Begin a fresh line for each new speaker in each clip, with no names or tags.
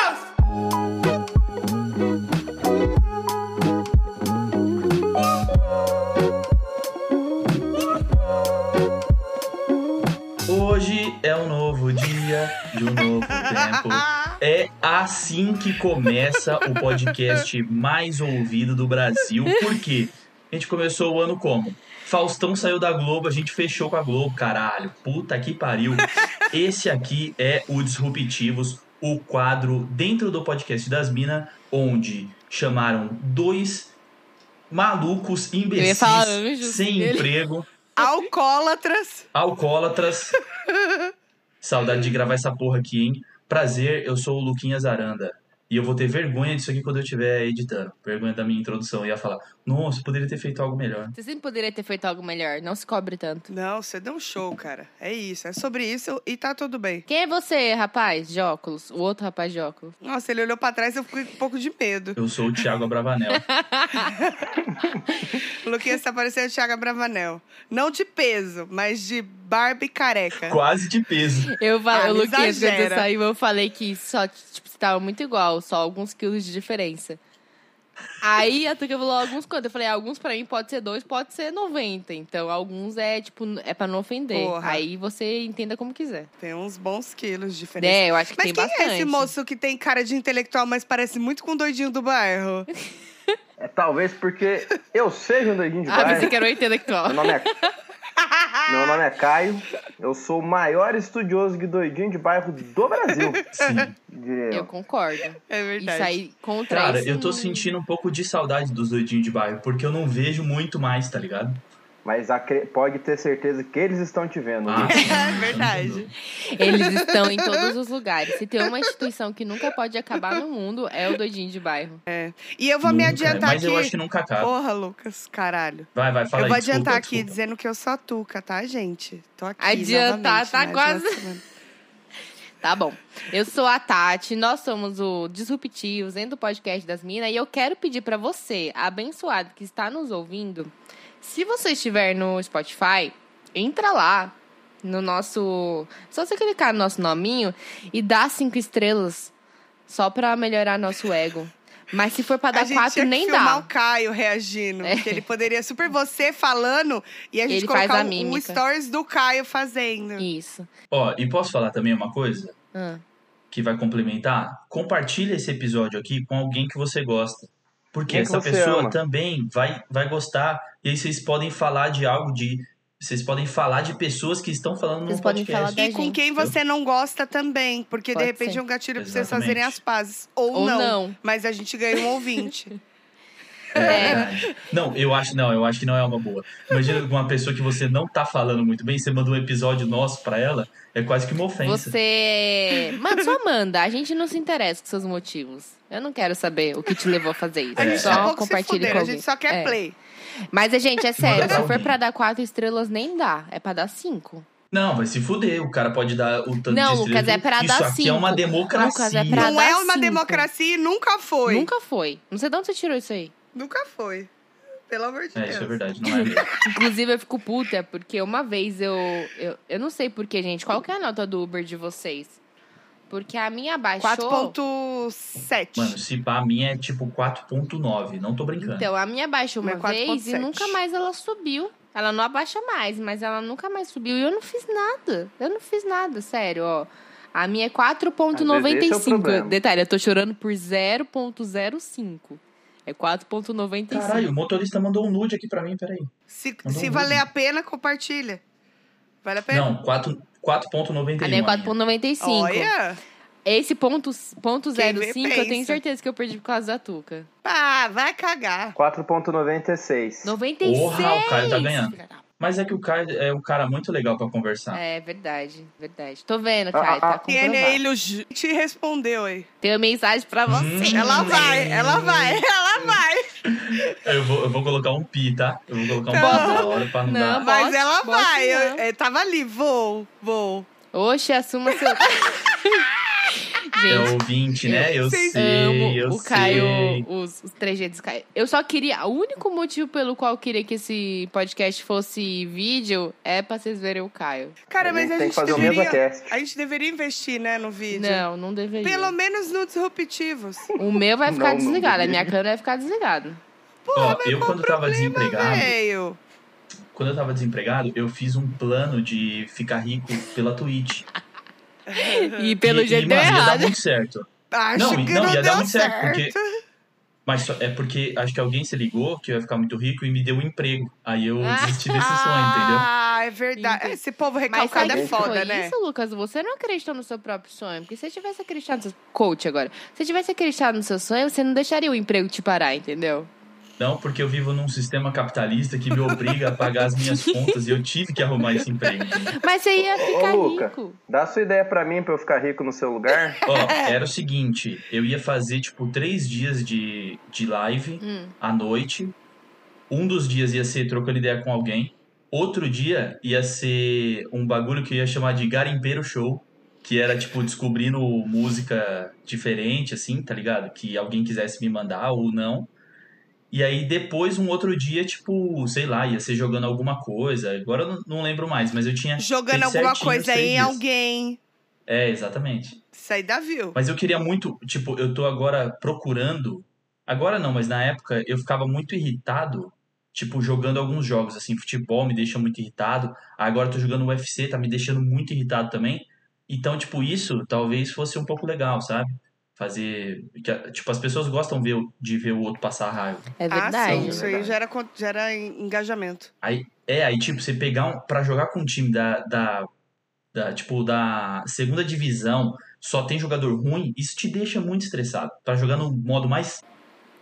Objetivos!
Hoje é um novo dia de um novo tempo. É assim que começa o podcast mais ouvido do Brasil. Por quê? A gente começou o ano como? Faustão saiu da Globo, a gente fechou com a Globo, caralho. Puta que pariu. Esse aqui é o Disruptivos, o quadro dentro do podcast das Minas, onde chamaram dois malucos
Eu ia
imbecis
falar anjos
sem
dele.
emprego
Alcoólatras.
Alcoólatras. Saudade de gravar essa porra aqui, hein? Prazer, eu sou o Luquinhas Aranda. E eu vou ter vergonha disso aqui quando eu estiver editando. Vergonha da minha introdução. Eu ia falar, nossa, poderia ter feito algo melhor.
Você sempre poderia ter feito algo melhor, não se cobre tanto.
Não, você deu um show, cara. É isso, é sobre isso e tá tudo bem.
Quem é você, rapaz de óculos? O outro rapaz de óculos.
Nossa, ele olhou pra trás e eu fiquei com um pouco de medo.
Eu sou o Thiago Abravanel.
O Luquinhas tá parecendo o Thiago Bravanel. Não de peso, mas de barba e careca.
Quase de peso.
Eu falei,
Ah,
o Luquinhas, quando você
exagera.
saiu, eu falei que só, tipo, você tava muito igual, só alguns quilos de diferença. Aí a Tuca falou alguns quanto? Eu falei, alguns pra mim pode ser dois, pode ser 90. Então, alguns é, tipo, é pra não ofender.
Porra.
Aí você entenda como quiser.
Tem uns bons quilos de diferença.
É, eu acho que
Mas
tem
quem
bastante.
é esse moço que tem cara de intelectual, mas parece muito com o doidinho do bairro?
É, talvez porque eu seja um doidinho de
Ah,
bairro.
você quer o intelectual.
Meu nome é... Meu nome é Caio. Eu sou o maior estudioso de doidinho de bairro do Brasil.
Sim.
diria
Eu concordo.
É
E
verdade.
sair contra
Cara,
isso.
eu tô
não-
sentindo um pouco de saudade dos doidinhos de bairro, porque eu não vejo muito mais, tá ligado?
Mas acre- pode ter certeza que eles estão te vendo.
Ah,
É verdade.
Eles estão em todos os lugares. Se tem uma instituição que nunca pode acabar no mundo, é o doidinho de bairro.
E eu vou me adiantar
Mas
aqui.
eu acho que nunca acaba.
Porra, Lucas, caralho.
Vai, vai, fala
eu vou
aí. desculpa,
adiantar aqui
desculpa.
dizendo que eu sou a Tuca, tá, gente? Tô aqui.
Adiantar,
novamente, né?
tá
mais
quase.
uma semana.
Tá bom. Eu sou a Tati, nós somos o Disruptivos, dentro do podcast das Minas, e eu quero pedir pra você, abençoado que está nos ouvindo, se você estiver no Spotify, entra lá no nosso. Só você clicar no nosso nominho e dá cinco estrelas só pra melhorar nosso ego. Mas se for pra
A
dar
gente
quatro,
tinha que
nem
filmar
dá. É.
o Caio reagindo. Porque ele poderia super você falando e a gente
Ele faz
colocar
a
um, um
mímica.
stories do Caio fazendo.
Isso.
Ó, e posso falar também uma coisa?
Ah.
que vai complementar, compartilha esse episódio aqui com alguém que você gosta. Porque
Quem que
essa
você
pessoa
ama?
também vai, vai gostar. E aí vocês podem falar de algo de. Vocês podem falar de pessoas que estão falando
Vocês
no
podem
podcast.
falar da-
E com quem você não gosta também. Porque
Pode
de repente
ser.
é um gatilho pra vocês
Exatamente.
fazerem as pazes. Ou,
Ou
não.
não.
Mas a gente ganha um ouvinte.
É
É.
verdade. Não, eu acho não, eu acho que não é uma boa. Imagina uma pessoa que você não tá falando muito bem, você manda um episódio nosso pra ela, é quase que uma ofensa.
Você. Mano, só manda. A gente não se interessa com seus motivos. Eu não quero saber o que te levou a fazer isso.
A gente
É.
Só
tá pouco se
compartilhe
fuder,
com
a
alguém.
gente só quer
É.
play.
Mas, gente, é sério.
pra
Se for
alguém.
pra dar quatro estrelas, nem dá. É pra dar cinco.
Não, vai se fuder, o cara pode dar o tanto
Não,
de estrelas.
Lucas, é pra
Isso
dar
aqui é uma
cinco.
democracia.
Lucas, é pra-
não
dar
é uma
cinco.
democracia e nunca foi. Nunca,
Nunca foi. Não sei de onde você tirou isso aí.
foi. Pelo amor de
É,
Deus.
isso é verdade, não é mesmo.
Inclusive, eu fico puta, porque uma vez eu. Eu, eu não sei porquê, gente. Qual que é a nota do Uber de vocês? Porque a minha baixou.
4.7.
Mano, se pá, a minha é tipo 4.9, não tô brincando.
Então, a minha baixou uma
Minha é
vez e
4.7.
nunca mais ela subiu. Ela não abaixa mais, mas ela nunca mais subiu. E eu não fiz nada. Eu não fiz nada, sério, ó. A minha é
Às vezes esse é o
4.95.
problema.
Detalhe, eu tô chorando por 0.05. É 4.95.
Caralho, o motorista mandou um nude aqui pra mim, peraí.
Se,
Mandou
se
um
valer a pena, compartilha. Vale a pena?
Não, 4 4.91.
A minha é
a minha.
4.95.
Olha!
Esse ponto, ponto
Quem vê,
05, eu tenho
pensa.
certeza que eu perdi por causa da Tuca.
Ah, vai cagar.
4.96.
96!
Porra, o Caio tá ganhando.
Filha da-
Mas é que o Caio é um cara muito legal pra conversar.
É verdade, verdade. Tô vendo,
Ah,
Caio,
ah,
tá
ah.
Tiene
comprovado.
ele te respondeu aí.
Tenho mensagem pra
Hum,
você.
Ela vai, ela vai, ela vai.
Eu, vou, eu vou colocar um pi, tá? Eu vou colocar um
Não.
pi na hora pra não,
Não,
dar.
Mas
Bote,
ela
bote
vai. Eu-
não.
eu tava ali, vou, vou.
Oxe, assuma seu.
É
Gente,
ouvinte, né? Eu
Vocês
sei,
amo
eu
o
sei.
Caio, os, os trejeitos do Caio. Eu só queria. O único motivo pelo qual eu queria que esse podcast fosse vídeo é pra vocês verem o Caio.
Cara, mas a
tem que
gente
fazer o mesmo
deveria.
teste.
A gente deveria investir, né, no vídeo.
Não, é não deveria.
Pelo menos no Disruptivos.
O meu vai ficar
Não, não
desligado, a
deveria.
minha câmera vai ficar desligada.
Ó,
mas
eu
qual
quando
o
tava
problema,
desempregado,
Veio.
quando eu tava desempregado, eu fiz um plano de ficar rico pela Twitch.
E pelo
e,
jeito
e,
deu
mano, ia dar
errado.
muito certo.
Acho
Não, e-
que
não,
não,
ia dar
deu
muito certo,
certo.
porque- Mas só- é porque acho que alguém se ligou que eu ia ficar muito rico e me deu um emprego. Aí eu desisti desse sonho, entendeu?
Ah, é verdade.
Entendi.
Esse povo
Mas
recalcado
sabe
é
que foi
foda, né?
isso, Lucas? Você não acreditou no seu próprio sonho. Porque se você tivesse acreditado no seu coach agora, se você tivesse acreditado no seu sonho, você não deixaria o emprego te parar, entendeu?
Não, porque eu vivo num sistema capitalista que me obriga a pagar as minhas contas e eu tive que arrumar esse emprego. entendeu?
Mas você ia ficar
Luca.
rico.
Dá sua ideia pra mim pra eu ficar rico no seu lugar.
Ó,
É.
era o seguinte, eu ia fazer, tipo, três dias de, de live
Hum.
à noite. Um dos dias ia ser trocando ideia com alguém. Outro dia ia ser um bagulho que eu ia chamar de garimpeiro show. Que era, tipo, descobrindo música diferente, assim, tá ligado? Que alguém quisesse me mandar ou não. E aí depois, um outro dia, tipo, sei lá, ia ser jogando alguma coisa. Agora eu não- não lembro mais, mas eu tinha.
Jogando
Fez certinho
alguma
os
coisa
três
em
dias.
alguém.
É, exatamente.
Isso aí dá view.
Mas eu queria muito, tipo, eu tô agora procurando. Agora não, mas na época eu ficava muito irritado, tipo, jogando alguns jogos, assim, futebol me deixa muito irritado. Agora eu tô jogando UFC, tá me deixando muito irritado também. Então, tipo, isso talvez fosse um pouco legal, sabe? Fazer. que a- Tipo, as pessoas gostam ver o- de ver o outro passar raiva.
É
ah, sim,
verdade.
isso aí
verdade.
já era, con- já era en- engajamento.
É, aí, tipo, você pegar um. Pra jogar com um time da. da, da tipo, da segunda divisão, só tem jogador ruim, isso te deixa muito estressado. Pra jogar no modo mais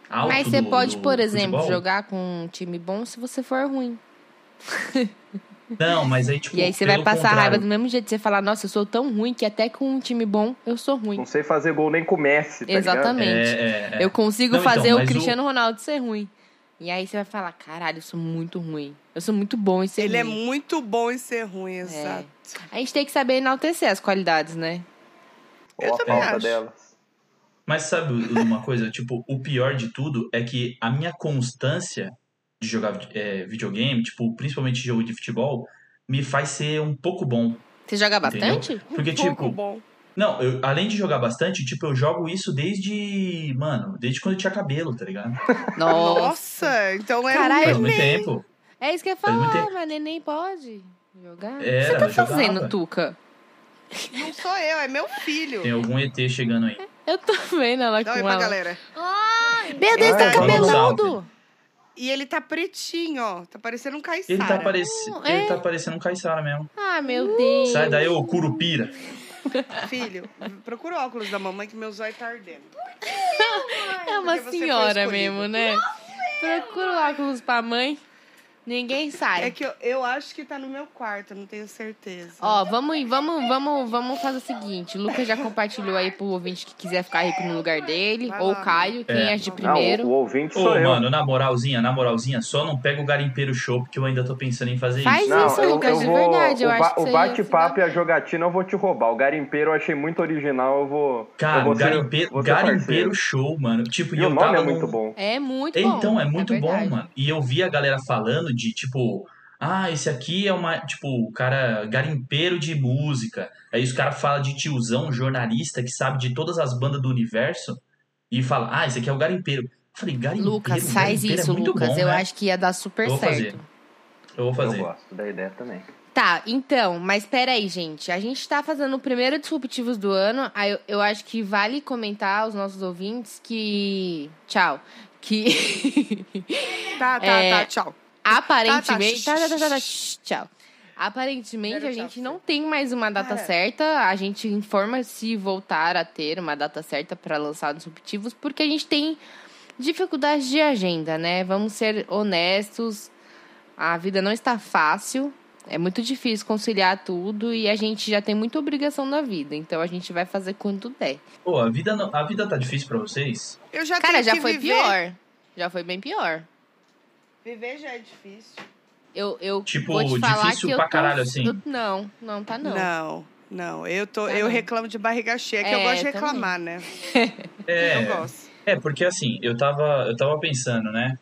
alto
Mas você
do-
pode,
do
por exemplo,
futebol.
jogar com um time bom se você for ruim.
Não, mas aí, tipo.
E aí você vai
pelo
passar a raiva do
contrário.
mesmo jeito. Você falar, nossa, eu sou tão ruim que até com um time bom eu sou ruim.
Não sei fazer gol nem com o Messi, tá
Exatamente.
É, é, é.
Eu consigo
Não, então,
fazer o
mas o-
Cristiano Ronaldo ser ruim. E aí você vai falar, caralho, eu sou muito ruim. Eu sou muito bom em ser
Ele é
ruim.
muito bom em ser ruim,
É.
exato.
A gente tem que saber enaltecer as qualidades, né?
ligado?
Eu
Ou a
também
falta
acho.
delas.
Mas sabe uma coisa? Tipo, o pior de tudo é que a minha constância de jogar vi- é, videogame, tipo, principalmente jogo de futebol, me faz ser um pouco bom.
Você joga
Entendeu?
bastante?
Porque,
um
tipo,
pouco bom.
Não, eu- além de jogar bastante, tipo, eu jogo isso desde. Mano, desde quando eu tinha cabelo, tá ligado?
Nossa.
Nossa, então é
Caralho.
Faz
muito
muito tempo.
É isso que eu ia
Faz muito
falar, mas neném pode jogar.
Era,
você tá
É, eu jogava.
fazendo, Tuca?
Não sou eu, é meu filho.
Tem algum ET chegando aí.
Eu tô vendo ela
Dá um
com
oi pra
ela.
galera.
Meu Deus,
Ah,
É,
tá
vamos
cabeludo!
E ele tá pretinho, ó. Tá parecendo um caiçara.
Ele tá, parece...
Não, é.
Ele tá parecendo um caiçara mesmo.
Ah, meu Deus.
Sai daí, ô curupira.
Filho, procura o óculos da mamãe que meu zóio tá ardendo.
É uma
Porque você foi
senhora
escolhido.
mesmo, né? Procura o óculos pra mãe. Ninguém sai.
É que eu, eu acho que tá no meu quarto, eu não tenho certeza.
Ó, vamos, vamos, vamos, vamos fazer o seguinte. O Lucas já compartilhou aí pro ouvinte que quiser ficar rico no lugar dele.
Vai
ou o
lá. né?
Caio, quem
É.
é. de
Não,
primeiro.
o, o ouvinte
Ô,
sou eu.
mano, na moralzinha, na moralzinha, só não pega o garimpeiro show, porque eu ainda tô pensando em fazer
Faz
isso.
Não,
isso,
eu,
Lucas,
eu
de
vou,
verdade, eu
o,
acho
ba-
que você
o
ia
bate-papo
se
e
dar
a jogatina eu vou te roubar. O garimpeiro eu achei muito original, eu vou. eu
Cara,
vou
o
ser-
garimpeiro,
vou ser
garimpeiro
parceiro.
show, mano. Tipo, e
E o
eu
nome
tava
é
num-
muito bom.
É muito bom.
Então, é muito bom,
verdade.
mano. E eu vi a galera falando de, tipo, ah, esse aqui é uma, tipo, o cara garimpeiro de música. Aí os caras falam de tiozão, jornalista, que sabe de todas as bandas do universo, e fala, ah, esse aqui é o garimpeiro. Eu falei, garimpeiro,
Lucas, faz
garimpeiro é
isso,
muito
Lucas.
bom,
eu
né?
acho que ia dar super
Eu vou
certo.
fazer. Eu vou
Eu
fazer.
gosto da ideia também.
Tá, então, mas peraí, gente. A gente tá fazendo o primeiro Disruptivos do ano. Aí eu, eu acho que vale comentar aos nossos ouvintes que. Tchau. Que
Tá, tá,
É.
tá, tchau.
aparentemente.
Tá, tá, shh,
tá, tá, tá, tá,
shh.
shh, tchau. Aparentemente,
Quero
a
tchau, É.
gente
Fê.
não tem mais uma data
Para.
certa. A gente informa se voltar a ter uma data certa para lançar os Disruptivos, porque a gente tem dificuldades de agenda, né? Vamos ser honestos. A vida não está fácil. É muito difícil conciliar tudo e a gente já tem muita obrigação na vida. Então a gente vai fazer quando der.
Pô, a vida, não- a vida tá difícil pra vocês?
Eu já
Cara,
tenho
já
que
foi
viver.
pior. Já foi bem pior.
Viver já é difícil.
Eu, eu
Tipo,
vou te falar
difícil
que eu
pra
tô-
caralho, assim?
eu- Não, não tá não.
Não. Não, eu, tô,
Tá
eu
não.
reclamo de barriga cheia, que eu
É,
gosto de
também.
reclamar, né? Eu
É,
gosto.
é, porque assim, eu tava, eu tava pensando, né?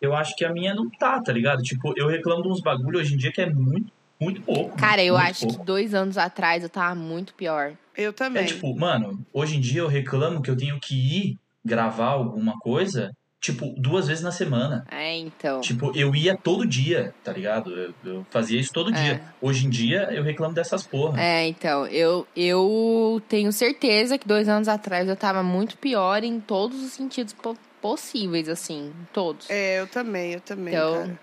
Eu acho que a minha não tá, tá ligado? Tipo, eu reclamo de uns bagulho hoje em dia que é muito, muito pouco.
Cara, eu
muito
acho
pouco.
que dois anos atrás eu tava muito pior.
Eu
É
também.
tipo, mano, hoje em dia eu reclamo que eu tenho que ir gravar alguma coisa, tipo, duas vezes na semana.
É, então.
Tipo, eu ia todo dia, tá ligado? Eu, eu fazia isso todo
É.
dia. Hoje em dia eu reclamo dessas porra.
É, então, eu, eu tenho certeza que dois anos atrás eu tava muito pior em todos os sentidos po- possíveis, assim, em todos.
É, eu também, eu também.
Então,
cara.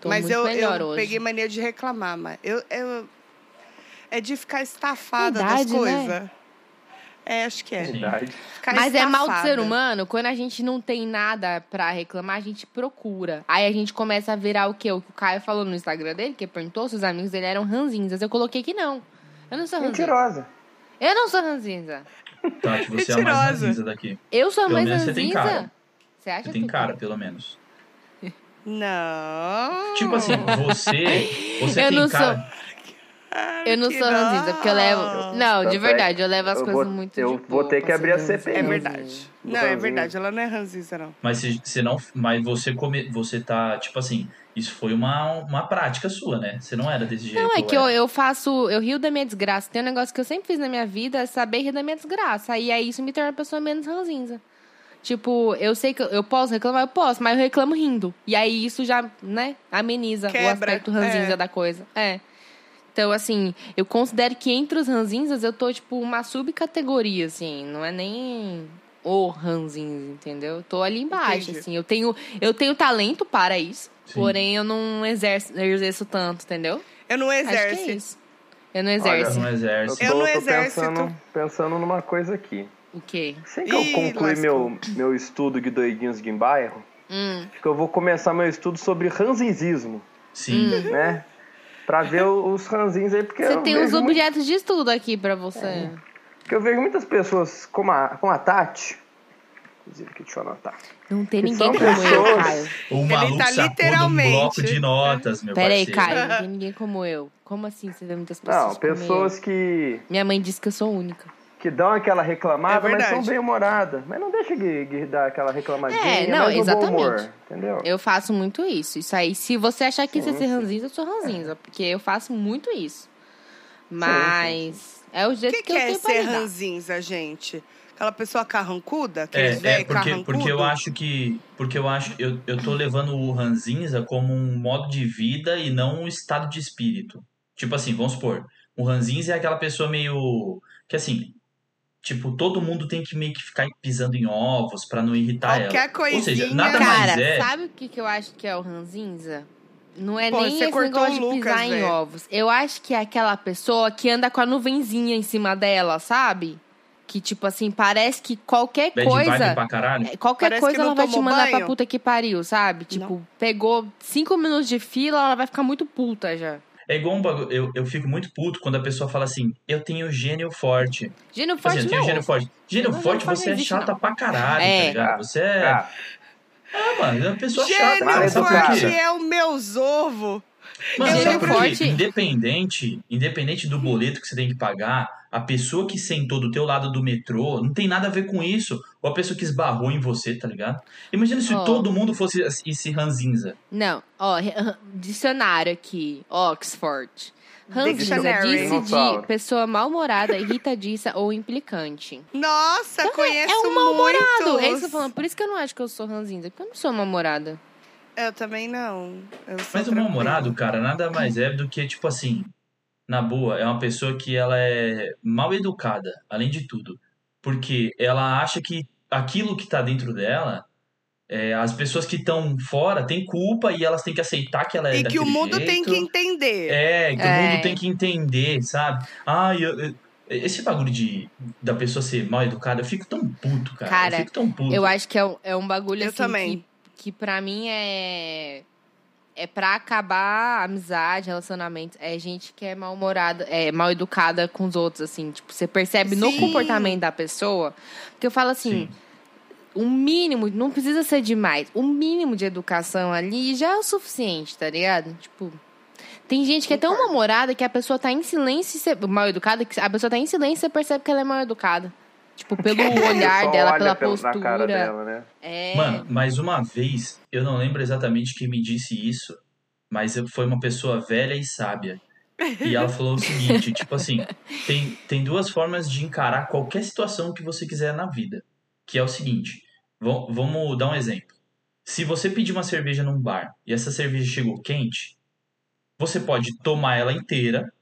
Tô
Mas
muito
eu,
melhor
eu
hoje.
peguei mania de reclamar, mas eu, eu- é de ficar estafada das
Verdade, né?
coisas. É, acho que é.
Sim.
Verdade.
Ficar
Mas é mal do ser
estafada.
humano, quando a gente não tem nada pra reclamar, a gente procura. Aí a gente começa a virar o quê? O que o Caio falou no Instagram dele, que perguntou se os amigos dele eram ranzinzas. Eu coloquei que não. Eu não sou ranzinza.
Mentirosa.
Eu não sou ranzinza.
Tati, você é a mais
Mentirosa.
ranzinza daqui.
Eu sou a
Pelo
mais
menos você tem
ranzinza.
cara.
Você acha
Você tem
Tuca?
cara, pelo menos.
Não.
Tipo assim, você, você
Eu
tem
não
cara.
Eu não
que
sou ranzinza, porque eu levo. Não, de
Tanto é
verdade, eu levo as
eu
coisas
vou-
muito.
eu
de
vou
boa
ter que
pra assim.
abrir a
ser ranzinza.
CPI.
É verdade. Não, é
Ranzinza.
verdade. Ela não é ranzinza, não.
Mas se, se não, mas você come, você tá tipo assim, isso foi uma, uma prática sua, né? Você não era desse jeito.
Não, é
ou
que eu,
era?
eu faço, eu rio da minha desgraça. Tem um negócio que eu sempre fiz na minha vida, é saber rir da minha desgraça. E aí isso me torna uma pessoa menos ranzinza. Tipo, eu sei que eu, eu posso reclamar, eu posso, mas eu reclamo rindo. E aí isso já, né, ameniza o
Quebra,
aspecto ranzinza
é.
da coisa. É. Então, assim, eu considero que entre os ranzinzas eu tô, tipo, uma subcategoria, assim. Não é nem o ranzinza, entendeu? Eu tô ali embaixo,
Entendi.
assim. Eu tenho, eu tenho talento para isso,
Sim.
porém eu não exerço, exerço tanto, entendeu?
Eu não
Acho que é
exerço.
isso. Eu não
Eu
exerço.
não
Eu
exerce.
tô,
Eu no
tô
exército.
pensando, pensando numa coisa aqui.
O quê?
Assim que eu
Ih,
concluir
lascou.
meu, meu estudo de doidinhos de bairro,
Hum,
acho que eu vou começar meu estudo sobre ranzinzismo,
Sim.
Hum.
né? Pra ver o- os ranzins aí, porque
Você
eu,
tem
vejo
uns
muito-
objetos de estudo aqui pra você.
porque eu vejo muitas pessoas como a, como a Tati. Inclusive, aqui, deixa eu anotar.
Não tem
Que
ninguém
são
como eu,
pessoas.
Caio.
O maluco
tá
sacou de um
literalmente.
bloco de notas, meu
Pera aí,
parceiro.
Caio. Não tem ninguém como eu. Como assim você vê muitas pessoas?
Não,
como eu?
pessoas que,
Minha mãe disse que eu sou única.
que dão aquela reclamada,
É
mas são
verdade.
bem-humoradas. Mas não deixa de, de dar aquela reclamadinha,
É, não,
mas no bom
exatamente.
humor, entendeu?
Eu faço muito isso. Isso aí, se você achar que
Sim,
você é
sim.
ranzinza, eu sou
É.
ranzinza. Porque eu faço muito isso. Mas é o
O
jeito
que, que
que, eu
é
tenho pra
ser
lidar.
ranzinza, gente? Aquela pessoa carrancuda? Que eles
É, é
veem
porque, porque eu
carrancudo?
acho que. Porque eu acho. Eu, eu tô levando o ranzinza como um modo de vida e não um estado de espírito. Tipo assim, vamos supor. O ranzinza é aquela pessoa meio. Que assim. Tipo, todo mundo tem que meio que ficar pisando em ovos pra não irritar tá ela.
Qualquer coisinha.
Ou seja, nada mais
Cara,
é-
sabe o que, que eu acho que é o ranzinza? Não é
Pô,
nem
você
esse
cortou
negócio
o
de pisar
Lucas,
em
velho.
ovos. Eu acho que é aquela pessoa que anda com a nuvenzinha em cima dela, sabe? Que, tipo assim, parece que qualquer
Bad vibe
coisa.
pra caralho.
é, Qualquer
Parece que
coisa
não
ela vai te
tomou
mandar pra
banho.
puta que pariu, sabe? Tipo, pegou cinco minutos de fila, ela vai ficar muito puta já.
É igual um bagulho. Eu, eu fico muito puto quando a pessoa fala assim: eu tenho gênio forte. Tipo
Gênio
assim,
forte
eu
não.
tenho gênio forte. Gênio
Não,
forte
gênio forte
você
não
é
existe,
chata
não.
pra caralho,
É.
tá ligado? Você é.
Ah,
Ah, mano, é uma pessoa chata.
Gênio
Mal
cara.
forte
educada.
é o meu ovo.
Mano,
Eu
é
sabe
lembro
por quê?
de-
Independente, independente do boleto que você tem que pagar, a pessoa que sentou do teu lado do metrô não tem nada a ver com isso. Ou a pessoa que esbarrou em você, tá ligado? Imagina se
Ó.
todo mundo fosse esse ranzinza.
Não, ó, re- ran- dicionário aqui, Oxford. Ranzinza
Dictionary.
disse
Dinossauro.
de pessoa mal-humorada, irritadiça ou implicante.
Nossa, conheço
é um
muito.
Claro, é isso que eu tô falando. Por isso que eu não acho que eu sou ranzinza, porque eu não sou mal-humorada.
Eu também não. Eu sou
Mas o
tranquila.
mal-humorado, cara, nada mais é do que, tipo assim, na boa, é uma pessoa que ela é mal educada, além de tudo. Porque ela acha que aquilo que tá dentro dela, é, as pessoas que estão fora têm culpa e elas têm que aceitar que ela é
E que o
daquele
mundo tem
jeito.
que entender.
É, que o
É.
mundo tem que entender, sabe? Ah, eu- eu- esse bagulho de da pessoa ser mal educada, eu fico tão puto, cara.
Cara,
eu fico tão puto.
Eu acho que é um, é um bagulho
Uhum. Eu
assim
também.
que, que pra mim é. É pra acabar a amizade, relacionamentos. É gente que é mal-humorada, é mal educada com os outros, assim. Tipo, você percebe no
Sim.
comportamento da pessoa. Porque eu falo
Sim.
assim, o mínimo, não precisa ser demais, o mínimo de educação ali já é o suficiente, tá ligado? Tipo, Tem gente que é tão mal-humorada que a pessoa tá em silêncio e cê- mal educada, que a pessoa tá em silêncio e você percebe que ela é mal educada. Tipo, pelo olhar
É, Só
dela,
olha
pela
pelo-
postura.
Na cara dela, né?
É.
Mano, mais uma vez, eu não lembro exatamente quem me disse isso, mas eu- foi uma pessoa velha e sábia. E ela falou o seguinte, tipo assim, tem, tem duas formas de encarar qualquer situação que você quiser na vida. Que é o seguinte, vam- vamos dar um exemplo. Se você pedir uma cerveja num bar e essa cerveja chegou quente, você pode tomar ela inteira,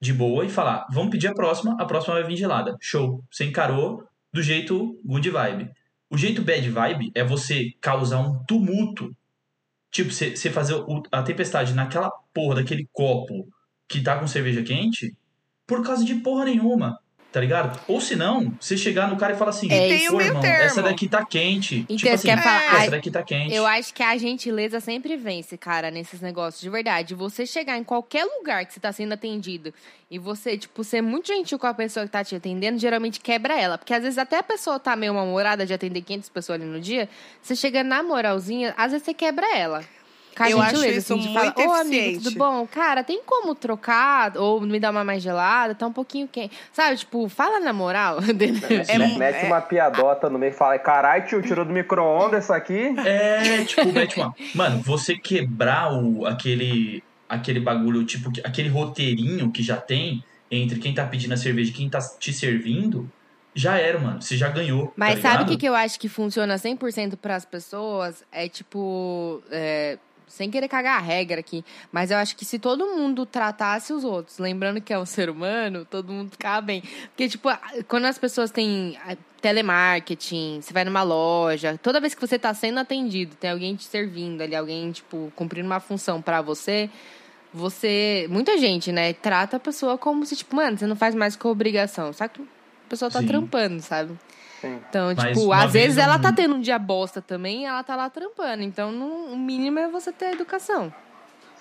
de boa, e falar, vamos pedir a próxima, a próxima vai vir gelada. Show. Você encarou do jeito good vibe. O jeito bad vibe é você causar um tumulto. Tipo, você você fazer o- a tempestade naquela porra daquele copo que tá com cerveja quente por causa de porra nenhuma, tá ligado? Ou se não, você chegar no cara e falar assim,
É
"Pô,
isso. Tem o meio
irmão,
termo."
essa daqui tá quente.
Então,
tipo
você
assim,
quer falar,
essa daqui tá quente.
Eu acho que a gentileza sempre vence, cara, nesses negócios, de verdade. Você chegar em qualquer lugar que você tá sendo atendido e você, tipo, ser muito gentil com a pessoa que tá te atendendo, geralmente quebra ela. Porque às vezes até a pessoa tá meio mal-humorada de atender 500 pessoas ali no dia, você chega na moralzinha, às vezes você quebra ela. Com a
Eu acho
gentileza,
isso
assim, de
muito
falar, ô amigo, tudo
eficiente."
bom? Cara, tem como trocar? Ou me dar uma mais gelada? Tá um pouquinho quente. Sabe, tipo, fala na moral, entendeu?
É
Me-
mu-
Mete
é-
uma piadota no meio e fala: carai, tio, tirou do micro-ondas isso aqui?
É, tipo, Batman. Mano, você quebrar o, aquele, aquele bagulho, tipo, que- aquele roteirinho que já tem entre quem tá pedindo a cerveja e quem tá te servindo, já era, mano. Você já ganhou.
Mas
tá
sabe o que,
ligado?
que eu acho que funciona 100% para as pessoas? É tipo. é, sem querer cagar a regra aqui, mas eu acho que se todo mundo tratasse os outros, lembrando que é um ser humano, todo mundo ficava bem. Porque, tipo, a- quando as pessoas têm ah, telemarketing, você vai numa loja, toda vez que você tá sendo atendido, tem alguém te servindo ali, alguém, tipo, cumprindo uma função pra você, você. Muita gente, né, trata a pessoa como se, tipo, mano, você não faz mais com obrigação. Sabe que a pessoa tá
Sim.
trampando, sabe?
Sim.
Então,
Mas
tipo,
uma
às
vez
vezes ela
um-
tá tendo um dia bosta também e ela tá lá trampando. Então, no, o mínimo é você ter educação.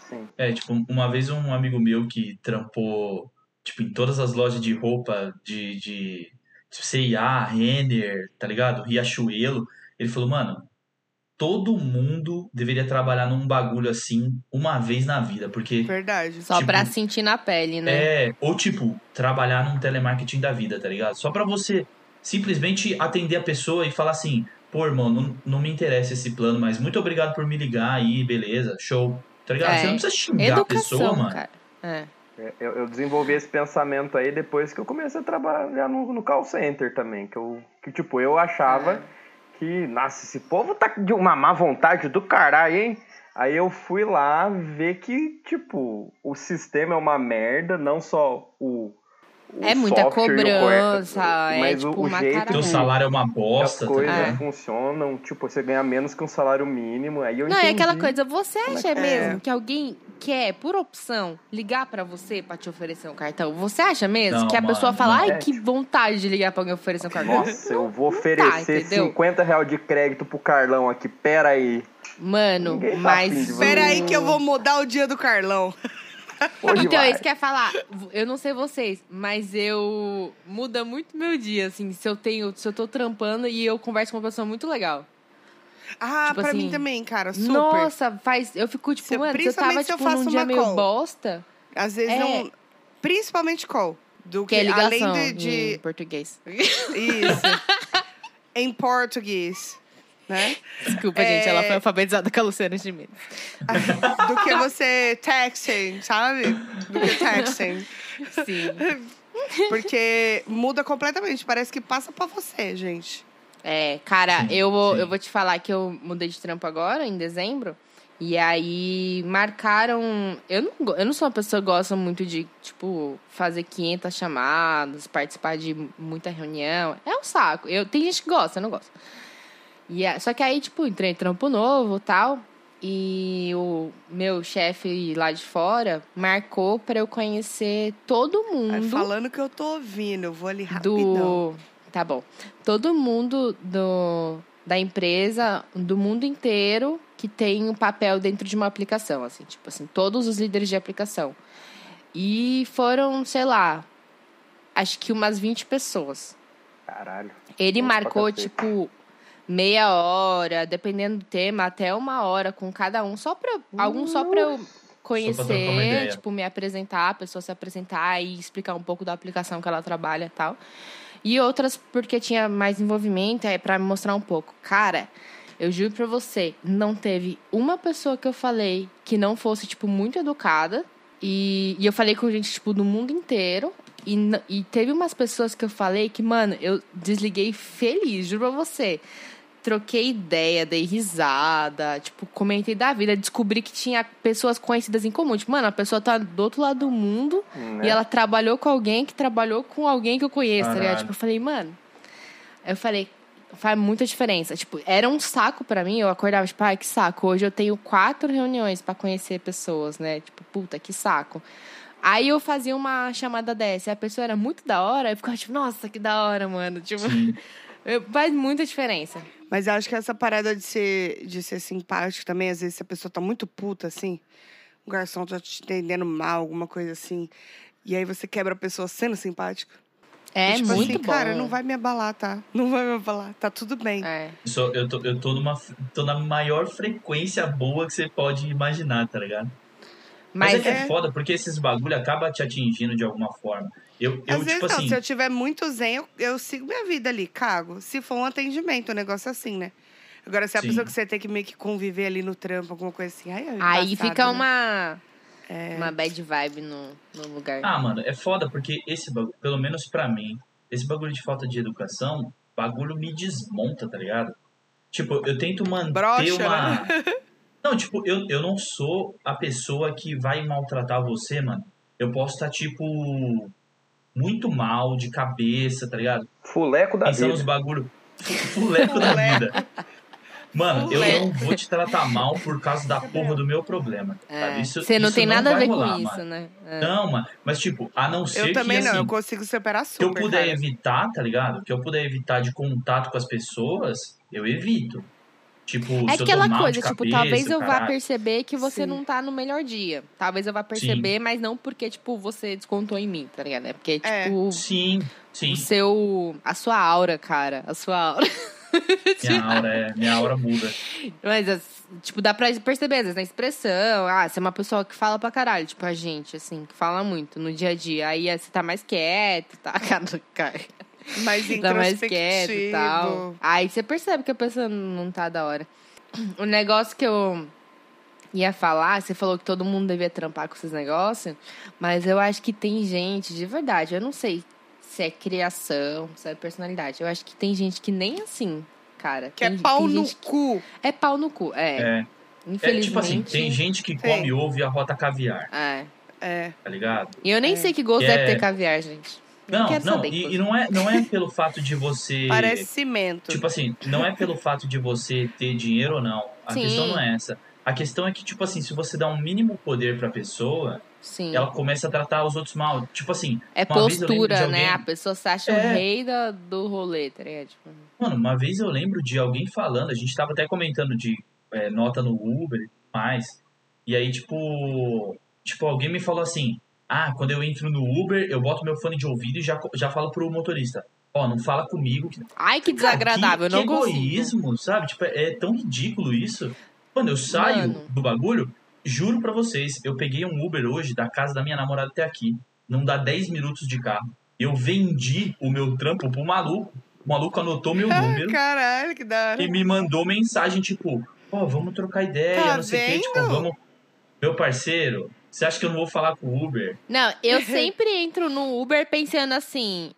Sim.
É, tipo, uma vez um amigo meu que trampou, tipo, em todas as lojas de roupa de, de tipo, C&A, Renner, tá ligado? Riachuelo, ele falou, mano, todo mundo deveria trabalhar num bagulho assim uma vez na vida, porque
Verdade.
Só
Tipo,
pra sentir na pele, né?
É, ou tipo, trabalhar num telemarketing da vida, tá ligado? Só pra você simplesmente atender a pessoa e falar assim: pô, irmão, não, não me interessa esse plano, mas muito obrigado por me ligar aí, beleza, show. Tá ligado?
É,
Você não precisa xingar
Educação,
a pessoa, mano.
cara. É.
É, Eu, eu desenvolvi esse pensamento aí depois que eu comecei a trabalhar no, no call center também. Que, eu, que tipo, eu achava
É.
que, nossa, esse povo tá de uma má vontade do caralho, hein? Aí eu fui lá ver que, tipo, o sistema é uma merda, não só o. o
É muita
software e o core-
cobrança, é,
mas o,
tipo,
o
uma É.
jeito
Teu
caralho.
que-
salário é uma
que
bosta,
as
tá
coisas
ligado?
funcionam, tipo, você ganha menos que um salário mínimo. Aí eu
Não, é
entendi.
aquela coisa, você acha mesmo
É.
que alguém quer, por opção, ligar pra você pra te oferecer um cartão? Você acha mesmo
Não,
que a
mano,
pessoa fala,
não
ai,
é,
que vontade de ligar pra alguém oferecer um cartão?
Nossa, eu vou oferecer
entendeu?
50 reais de crédito pro Carlão aqui. Pera aí.
Mano,
Ninguém tá afim de
mas.
você.
Espera aí que eu vou mudar o dia do Carlão.
Hoje
Então,
vai.
isso que eu ia falar. Eu não sei vocês, mas eu. Muda muito meu dia, assim. Se eu tenho. Se eu tô trampando e eu converso com uma pessoa muito legal.
Ah,
Tipo
pra
assim,
mim também, cara, super.
Nossa, faz. Eu fico tipo,
Se eu-
mano, se eu tava
principalmente se eu
tipo,
faço
num dia
uma
meio
call.
bosta.
Às vezes
É.
não. Principalmente call. Do
Que
que,
é ligação hum.
além de.
em português.
de... Isso. em português. Né?
Desculpa,
É.
gente, ela foi alfabetizada com a Luciana de Mendes.
Do que você texting, sabe? Do que texting.
Sim.
Porque muda completamente. Parece que passa pra você, gente.
É, cara,
Sim,
eu, vou,
sim.
eu vou te falar que eu mudei de trampo agora, em dezembro. E aí marcaram. Eu não, go- eu não sou uma pessoa que gosta muito de, tipo, fazer 500 chamadas, participar de muita reunião. É um saco. Eu, tem gente que gosta, eu não gosto. E a- só que aí, tipo, entrei em trampo novo tal. E o meu chefe lá de fora marcou pra eu conhecer todo
Aí,
mundo
falando que eu tô ouvindo, eu vou ali rapidão.
Uhum. do. Tá bom. Todo mundo do, da empresa, do mundo inteiro, que tem um papel dentro de uma aplicação, assim, tipo assim, todos os líderes de aplicação. E foram, sei lá, acho que umas 20 pessoas.
Caralho.
Ele
Nossa, pra
marcou,
cacete.
tipo, meia hora, dependendo do tema, até uma hora com cada um, só pra. Alguns só pra eu
trocar uma
conhecer,
ideia.
tipo, me apresentar, a pessoa se apresentar e explicar um pouco da aplicação que ela trabalha e tal. E outras porque tinha mais envolvimento, aí pra me mostrar um pouco. Cara, eu juro pra você, não teve uma pessoa que eu falei que não fosse, tipo, muito educada. E, e eu falei com gente, tipo, do mundo inteiro. E, n- e teve umas pessoas que eu falei que, mano, eu desliguei feliz, juro pra você. Troquei ideia, dei risada, tipo, comentei da vida, descobri que tinha pessoas conhecidas em comum. Tipo, mano, a pessoa tá do outro lado do mundo
Né?
e ela trabalhou com alguém que trabalhou com alguém que eu conheço, tá
Caralho.
ligado? Tipo, eu falei, mano. Eu falei, faz muita diferença. Tipo, era um saco pra mim. Eu acordava, tipo, ai, que saco. Hoje eu tenho quatro reuniões pra conhecer pessoas, né? Tipo, puta, que saco. Aí eu fazia uma chamada dessa e a pessoa era muito da hora. Eu ficava, tipo, nossa, que da hora, mano. Tipo,
Sim.
eu- faz muita diferença.
Mas eu acho que essa parada de ser, de ser simpático também, às vezes, se a pessoa tá muito puta, assim, o garçom tá te entendendo mal, alguma coisa assim, e aí você quebra a pessoa sendo simpático.
É
E, tipo
muito
assim,
bom.
cara, não vai me abalar, tá? Não vai me abalar, tá tudo bem.
É.
Só- eu, tô, eu tô numa tô na maior frequência boa que você pode imaginar, tá ligado? Mas, é
Mas
que é
é-
foda, porque esses bagulho acaba te atingindo de alguma forma. Eu,
Às
eu
vezes
tipo
não,
assim,
se eu tiver muito zen, eu, eu sigo minha vida ali, cago. Se for um atendimento, um negócio assim, né? Agora, se é a
Sim.
pessoa que você tem que meio que conviver ali no trampo, alguma coisa assim, aí, é
aí
embaçado,
fica
né? É.
uma, uma bad vibe no, no lugar.
ah, mano, é foda porque esse bagulho, pelo menos pra mim, esse bagulho de falta de educação, bagulho me desmonta, tá ligado? Tipo, eu tento manter
Broxa,
uma
né?
Não, tipo, eu, eu não sou a pessoa que vai maltratar você, mano. Eu posso estar tipo muito mal de cabeça, tá ligado?
Fuleco da
pensando nos
vida.
bagulho fuleco da
Fuleco.
vida. Mano, eu não vou te tratar mal por causa da porra do meu problema. sabe?
É.
Isso-
Você não
isso
tem nada a
vai
ver
rolar,
com isso,
mano.
né? É.
Não, mano. Mas, tipo, a não ser
Eu também
que,
não,
assim,
eu consigo superar
que
super.
eu puder
cara.
evitar, tá ligado? Que eu puder evitar de contato com as pessoas, eu evito. Tipo,
É
se
aquela
eu tô mal
coisa,
de
tipo,
cabeça,
talvez eu vá
caralho.
perceber que você
Sim.
não tá no melhor dia. Talvez eu vá perceber, mas não porque, tipo, você descontou em mim, tá ligado? É porque,
É.
tipo,
Sim, sim.
o seu. A sua aura, cara. A sua aura.
Minha aura, é, minha aura muda.
Mas, as- tipo, dá pra perceber, às vezes, na expressão. Ah, você é uma pessoa que fala pra caralho, tipo, a gente, assim, que fala muito no dia a dia. Aí você tá mais quieto, tá? Cara, cara.
assim,
Mais
tá mais quieto e tal.
introspectivo.
Aí você percebe que a pessoa não tá da hora. O negócio que eu ia falar, você falou que todo mundo devia trampar com esses negócios, mas eu acho que tem gente, de verdade, eu não sei se é criação, se é personalidade. Eu acho que tem gente que nem assim, cara.
Que é
Tem-
pau
tem
no
gente que-
cu.
É pau no cu, é.
É, é
Infelizmente.
tipo assim, tem gente que come ovo e arrota caviar,
É.
É.
tá ligado?
E eu nem
É.
sei que gosto
É.
deve ter caviar, gente.
Não,
quero
não,
saber que
e,
você-
e não, é, não é pelo fato de você.
Parece cimento.
Tipo assim, não é pelo fato de você ter dinheiro ou não. A
Sim.
questão não é essa. A questão é que, tipo assim, se você dá um mínimo poder pra pessoa,
Sim.
ela começa a tratar os outros mal. Tipo assim,
É
Uma vez eu lembro de
postura, né?
alguém-
A pessoa se acha
É.
o rei da- do rolê, tá ligado? Tipo,
mano, uma vez eu lembro de alguém falando, a gente tava até comentando de é, nota no Uber e tudo mais. E aí, tipo, tipo, alguém me falou assim: ah, quando eu entro no Uber, eu boto meu fone de ouvido e já, co- já falo pro motorista: ó, não fala comigo, que
Ai, que
Cara,
desagradável,
que,
eu não
que
consigo.
egoísmo, sabe? Tipo, é tão ridículo isso. Mano, eu saio
Mano.
do bagulho, juro pra vocês, eu peguei um Uber hoje da casa da minha namorada até aqui. Não dá 10 minutos de carro. Eu vendi o meu trampo pro maluco. O maluco anotou meu
Ah,
número
Caralho, que da hora.
e me mandou mensagem, tipo, ó, vamos trocar ideia,
Tá
não sei o quê. Tipo,
vendo?
vamos. Meu parceiro, você acha que eu não vou falar com o Uber?
Não, eu sempre entro no Uber pensando assim.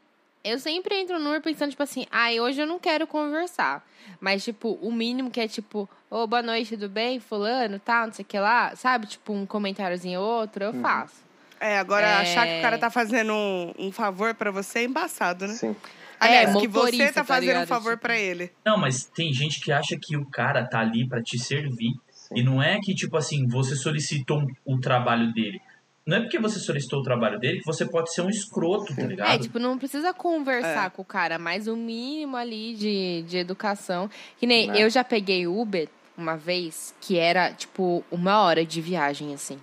Eu sempre entro no Uber pensando, tipo assim, ai, hoje eu não quero conversar. Mas, tipo, o mínimo que é tipo, ô, boa noite, tudo bem? Fulano, tal, não sei o que lá. Sabe, tipo, um comentáriozinho ou outro,
Uhum.
eu faço.
É, agora
É.
achar que o cara tá fazendo um, um favor pra você é embaçado, né?
Sim.
Aliás, que
É, motorista,
você tá
tá
fazendo um
ligado?
favor
Tipo-
pra ele.
Não, mas tem gente que acha que o cara tá ali pra te servir. E
sim.
não é que, tipo assim, você solicitou um- o trabalho dele. Não é porque você solicitou o trabalho dele que você pode ser um escroto, tá ligado?
É, tipo, não precisa conversar
É.
com o cara, mas o mínimo ali de, de educação. Que nem
Né?
eu já peguei Uber uma vez, que era, tipo, uma hora de viagem, assim.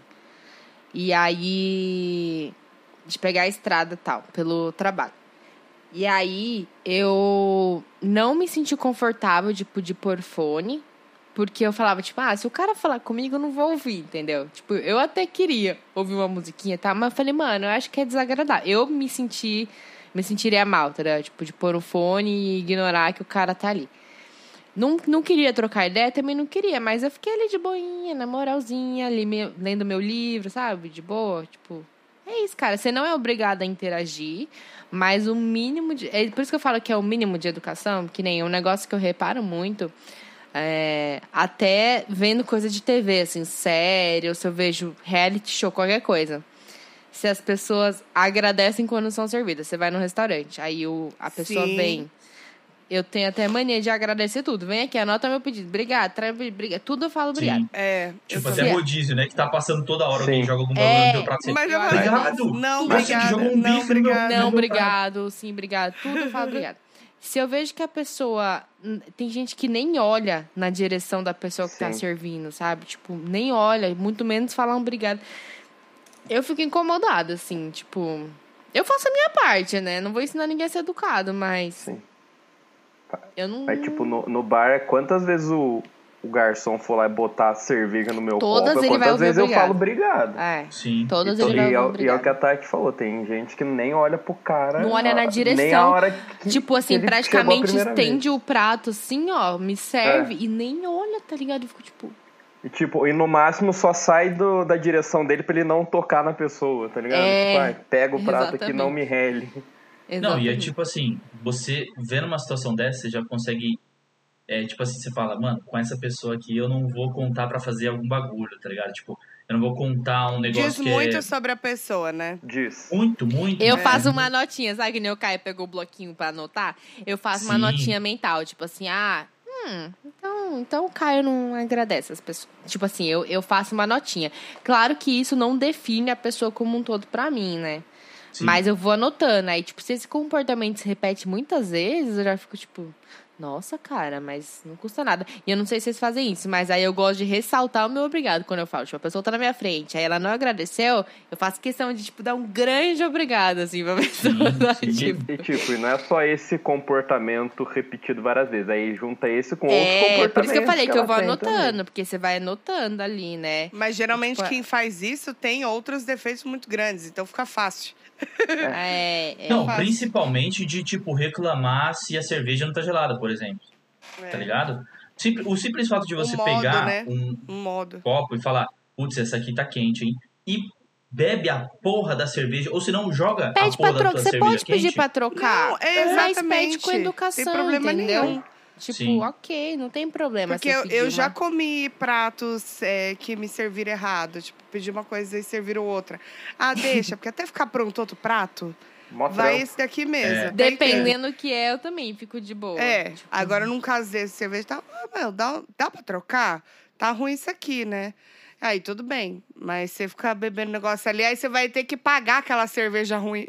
E aí. De pegar a estrada e tal, pelo trabalho. E aí eu não me senti confortável, tipo, de pôr fone. Porque eu falava, tipo, ah, se o cara falar comigo, eu não vou ouvir, entendeu? Tipo, eu até queria ouvir uma musiquinha, tá? Mas eu falei, mano, eu acho que é desagradável. Eu me senti, me sentiria mal, tá? ligado? Tipo, de pôr o fone e ignorar que o cara tá ali. Não, não queria trocar ideia, também não queria, mas eu fiquei ali de boinha, na moralzinha, ali me- lendo meu livro, sabe? De boa, tipo. É isso, cara. Você não é obrigado a interagir, mas o mínimo de. É por isso que eu falo que é o mínimo de educação, que nem um negócio que eu reparo muito. é, até vendo coisa de TV, assim, série, ou se eu vejo reality show, qualquer coisa. Se as pessoas agradecem quando são servidas. Você vai num restaurante, aí o, a pessoa
Sim.
vem. Eu tenho até mania de agradecer tudo. Vem aqui, anota meu pedido. Obrigado, traz, obrigado. Tudo eu falo obrigado.
Sim.
É.
Tipo,
eu
até
também.
rodízio, né? Que tá passando toda hora, alguém
Sim.
joga algum
É.
bagulho no teu prato. você-
Mas eu
Obrigado.
falei,
Obrigado.
Não,
Nossa, que
obrigada.
jogou um
não,
bife no meu-
obrigada.
Não,
meu
obrigado, sim, obrigado. Tudo eu falo obrigado. Se eu vejo que a pessoa. n- Tem gente que nem olha na direção da pessoa que tá
Sim.
servindo, sabe? Tipo, nem olha, muito menos falar um obrigado. Eu fico incomodada, assim, tipo. Eu faço a minha parte, né? Não vou ensinar ninguém a ser educado, mas.
Sim.
Eu não.
Aí, tipo, no, no bar, quantas vezes o, o garçom for lá e botar a cerveja no meu
Todas
copo,
ele
quantas
vai ouvir
vezes eu
obrigado.
falo obrigado.
É.
Sim.
Todas
e,
ele
to-
vai
e, é, o-
ouvir
e é o que
obrigado.
a Tati falou, tem gente que nem olha pro cara.
Não olha na
a- Nem a
direção.
hora que,
Tipo
que
assim,
ele chegou a
praticamente
primeira vez. É.
estende o prato assim, ó, me serve e nem olha, tá ligado? Eu fico tipo.
E, tipo, e no máximo só sai do- da direção dele pra ele não tocar na pessoa, tá ligado?
É,
Tipo, ai, pega o prato aqui,
exatamente.
não me rele.
Não, e é
exatamente.
tipo assim, você vendo uma situação dessa, você já consegue. É, tipo assim, você fala, mano, com essa pessoa aqui eu não vou contar pra fazer algum bagulho, tá ligado? Tipo, eu não vou contar um negócio
Diz
que
muito
é.
sobre a pessoa, né?
Diz.
Muito, muito.
Eu
né?
faço uma notinha, sabe que nem o Caio pegou o bloquinho pra anotar? Eu faço uma
Sim.
notinha mental, tipo assim, ah, hum, então, então o Caio não agradece as pessoas. Tipo assim, eu, eu faço uma notinha. Claro que isso não define a pessoa como um todo pra mim, né?
Sim.
Mas eu vou anotando. Aí, tipo, se esse comportamento se repete muitas vezes, eu já fico tipo, nossa, cara, mas não custa nada. E eu não sei se vocês fazem isso, mas aí eu gosto de ressaltar o meu obrigado quando eu falo. Tipo, a pessoa tá na minha frente, aí ela não agradeceu, eu faço questão de, tipo, dar um grande obrigado, assim, pra
Sim,
pessoa. sabe?
sim.
Tipo,
E tipo, e não é só esse comportamento repetido várias vezes. Aí junta esse com outros
é,
comportamentos.
por isso que eu falei que, eu
ela
vou
tem
anotando,
também.
porque você vai anotando ali, né?
Mas geralmente
Tipo, é-
quem faz isso tem outros defeitos muito grandes, então fica fácil.
É, é.
Não,
faço.
principalmente de, tipo, reclamar se a cerveja não tá gelada, por exemplo, tá
É,
ligado? Sim- O simples fato de
O
você
modo,
pegar
né?
um,
um modo.
copo e falar, putz, essa aqui tá quente, hein? E bebe a porra da cerveja, ou se não, joga
Pede
a porra
pra
da
trocar.
tua
Você
cerveja
pode pedir
quente.
pra trocar.
Não, é
Mas pede
exatamente.
com educação,
Tem problema
entendeu?
nenhum.
Tipo,
Sim.
ok, não tem problema.
Porque
É, você
eu,
pedir
eu
uma-
já comi pratos é, que me serviram errado. Tipo, pedi uma coisa e serviram outra. Ah, deixa, porque até ficar pronto outro prato,
Mó
vai
trampo.
esse daqui
É.
mesmo. até inteiro.
Dependendo do que é, eu também fico de boa.
É,
Tipo,
agora num caso desse, cerveja tá. Ah, meu, dá, dá pra trocar? Tá ruim isso aqui, né? Aí tudo bem, mas você ficar bebendo negócio ali, aí você vai ter que pagar aquela cerveja ruim.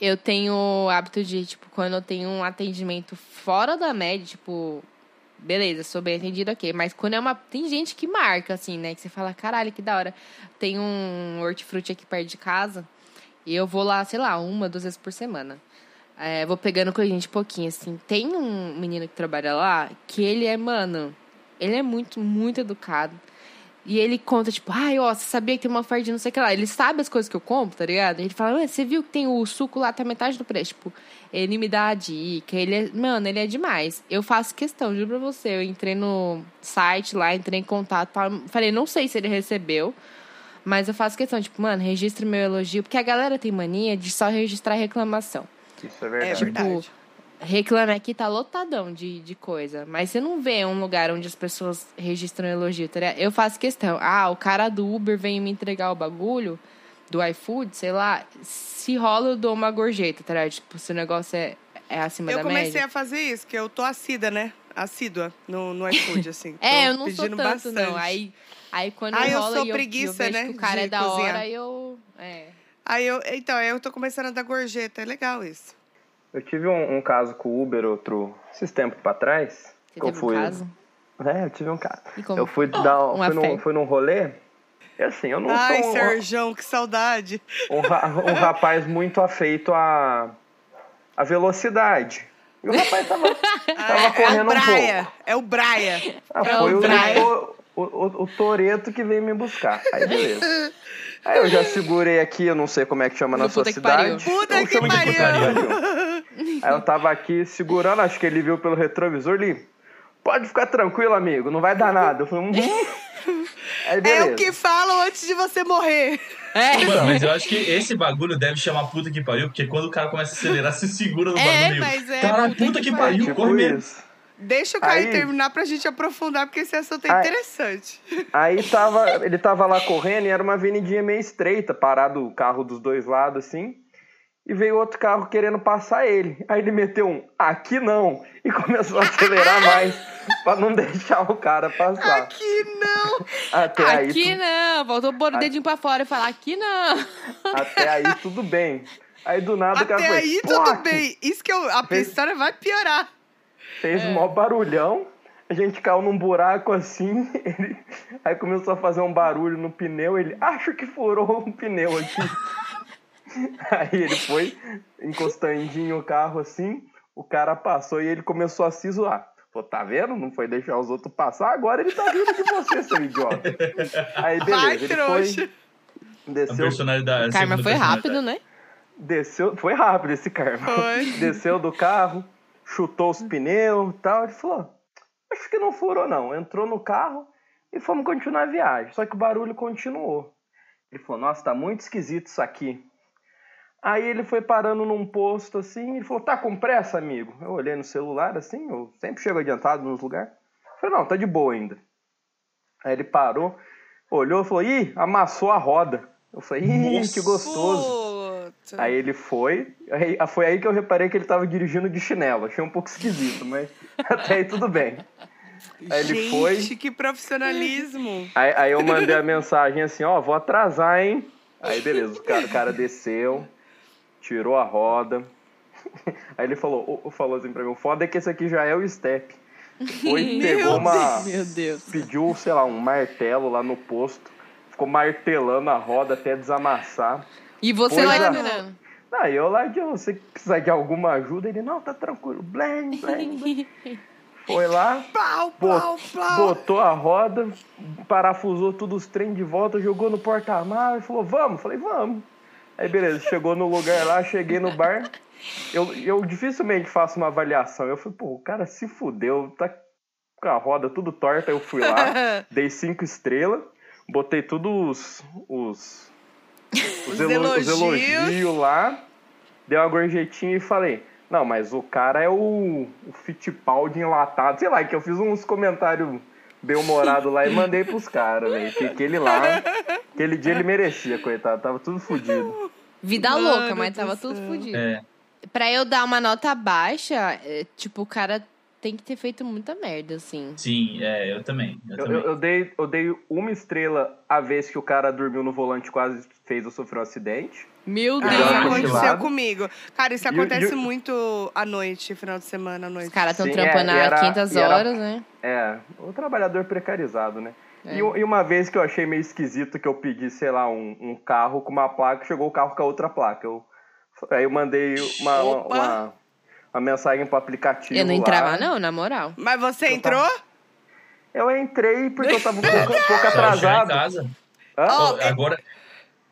Eu tenho o hábito de, tipo, quando eu tenho um atendimento fora da média, tipo, beleza, sou bem atendido, ok. Mas quando é uma. Tem gente que marca, assim, né? Que você fala, caralho, que da hora. Tem um hortifruti aqui perto de casa. E eu vou lá, sei lá, uma, duas vezes por semana. É, vou pegando com a gente pouquinho, assim. Tem um menino que trabalha lá que ele é, mano, ele é muito, muito educado. E ele conta, tipo, ai, ó, você sabia que tem uma oferta de não sei o que lá. Ele sabe as coisas que eu compro, tá ligado? Ele fala, "Ué, você viu que tem o suco lá, tá metade do preço. Tipo, ele me dá a dica, ele é... Mano, ele é demais. Eu faço questão, juro pra você. Eu entrei no site lá, entrei em contato, tal. falei, não sei se ele recebeu, mas eu faço questão, tipo, mano, registre meu elogio. Porque a galera tem mania de só registrar reclamação.
Isso é
É
verdade.
tipo,
verdade.
Reclama aqui tá lotadão de, de coisa. Mas você não vê um lugar onde as pessoas registram elogio, tá ligado? Eu faço questão. Ah, o cara do Uber veio me entregar o bagulho do iFood, sei lá. Se rola, eu dou uma gorjeta, tá ligado? Tipo, se o negócio é, é acima
Eu
da
comecei
média.
a fazer isso, que eu tô assida, né? Assídua no, no iFood, assim.
É,
Tô
eu não sou
pedindo
tanto, não. Aí, aí quando
Ah, eu
rola
sou
e
preguiça,
eu, e eu
né,
vejo que o cara
de
é da
cozinhar.
hora, eu... É.
Aí eu, então, aí eu tô começando a dar gorjeta. É legal isso.
Eu tive um, um caso com o Uber outro, esses tempos pra trás.
Você
que eu
teve
fui.
um caso?
É, eu tive um caso.
E como? Um
Eu fui dar
Uma
fui num,
fé.
fui num rolê. E assim, eu não
Ai,
sou um,
Serjão, que saudade.
um ra- um rapaz muito afeito à, à velocidade. E o rapaz tava, tava
Ah, é, o
correndo um
Braia.
pouco.
É o Braia.
Ah,
É
foi
o
o,
Brian.
o, o, o Toreto que veio me buscar. Aí beleza. Aí eu já segurei aqui, eu não sei como é que chama na
No
sua
puta que pariu.
cidade.
Puta
Eu
que
chamo de
pariu. É
Aí eu tava aqui segurando, acho que ele viu pelo retrovisor ali. Pode ficar tranquilo, amigo, não vai dar nada. Eu falei, "Hum." Aí
É
beleza.
o que falam antes de você morrer.
É,
Mano, mas eu acho que esse bagulho deve chamar puta que pariu, porque quando o cara começa a acelerar, se segura no
É,
bagulho.
mas é
Cara,
puta
puta,
que
que
É,
pariu, corre
tipo
mesmo.
isso.
Deixa o Caio
Aí-
terminar pra gente aprofundar, porque esse assunto é
Aí-
interessante.
Aí tava, ele tava lá correndo e era uma avenidinha meio estreita, parado o carro dos dois lados assim. E veio outro carro querendo passar ele. Aí ele meteu um aqui não e começou a acelerar mais pra não deixar o cara passar.
Aqui não.
Até
É, aqui
aí, tu-
não. Voltou pôr o
Ai.
dedinho pra fora e falar, aqui não.
até aí tudo bem. Aí do nada o cara
Até
foi,
aí
"Porra!"
tudo bem. Isso que eu, a
Fez-
história vai piorar.
Fez um maior barulhão. A gente caiu num buraco assim. ele- Aí começou a fazer um barulho no pneu. Ele, acho que furou um pneu aqui. Aí ele foi encostandinho o carro assim. O cara passou e ele começou a se zoar. Pô, tá vendo? Não foi deixar os outros passar. Agora ele tá rindo de você, seu idiota. Aí beleza,
vai,
ele
trouxa.
foi.
A
Desceu,
personalidade. a
Karma
segunda
foi
personalidade.
rápido, né?
desceu. Foi rápido esse karma.
Foi.
desceu do carro, chutou os pneus e tal. Ele falou: Acho que não furou, não. Entrou no carro e fomos continuar a viagem. Só que o barulho continuou. Ele falou: Nossa, tá muito esquisito isso aqui. Aí ele foi parando num posto assim. Ele falou: Tá com pressa, amigo? Eu olhei no celular assim. Eu sempre chego adiantado nos lugares. Eu Falei: Não, tá de boa ainda. Aí ele parou, olhou e falou: Ih, amassou a roda. Eu falei: Ih,
Nossa.
que gostoso.
Puta.
Ah.
Aí ele foi, aí, ah, foi aí que eu reparei que ele tava dirigindo de chinelo. Achei um pouco esquisito, mas até aí tudo bem. Aí ele
Gente,
foi.
que profissionalismo.
Aí, aí eu mandei a mensagem assim, ó, vou atrasar, hein? Aí beleza, o cara, o cara desceu, tirou a roda. Aí ele falou, o- falou assim pra mim, o foda é que esse aqui já é o step. Foi, pegou uma.
Meu Deus.
Pediu, sei lá, um martelo lá no posto. Ficou martelando a roda até desamassar.
E você
Pois
lá
é.
esperando.
Não, e eu lá de você precisar de alguma ajuda, ele, não, tá tranquilo. Blém, blém, blém. Foi lá,
Pau,
Bo-
pau, pau.
botou a roda, parafusou todos os trem de volta, jogou no porta-malas e falou, vamos. Falei, vamos. Aí beleza, chegou no lugar lá, cheguei no bar. Eu, eu dificilmente faço uma avaliação. Eu falei, pô, o cara se fudeu, tá com a roda tudo torta. Aí Eu fui lá, dei cinco estrelas, botei todos os, os,
Os
elo-
elogios.
os elogios lá, dei uma gorjetinha e falei. Não, mas o cara é o, o Fittipaldi enlatado. Sei lá, que eu fiz uns comentários bem-humorados lá e mandei pros caras, velho. Que aquele lá, aquele dia ele merecia, coitado. Tava tudo fudido.
Vida
Mano
louca, mas
do
tava
céu.
tudo fodido.
É.
Pra eu dar uma nota baixa, é, tipo, o cara tem que ter feito muita merda, assim.
Sim, é, eu também. Eu,
Eu,
também.
eu- eu dei, eu dei uma estrela a vez que o cara dormiu no volante e quase fez eu sofrer um acidente.
Meu
Ah,
Deu
Deus.
uma
isso
Ah,
aconteceu
cochilada.
comigo. Cara, isso
E o- e o-
acontece muito à noite, final de semana à
Os
noite.
caras tão
Sim,
trampando
é, e
há
era-
500
e era-
horas, né?
É, o trabalhador precarizado, né?
É.
E, u- e uma vez que eu achei meio esquisito que eu pedi, sei lá, um, um carro com uma placa, chegou o carro com a outra placa. Eu, aí eu mandei uma, uma,
Opa!
uma- uma mensagem pro aplicativo.
É. Eu não
lá.
entrava, não, na moral.
Mas você
Eu
entrou?
Eu entrei porque eu tava um pouco, um pouco
Só tá? chegar em
atrasado.
casa.
Hã?
Ó,
Ó, agora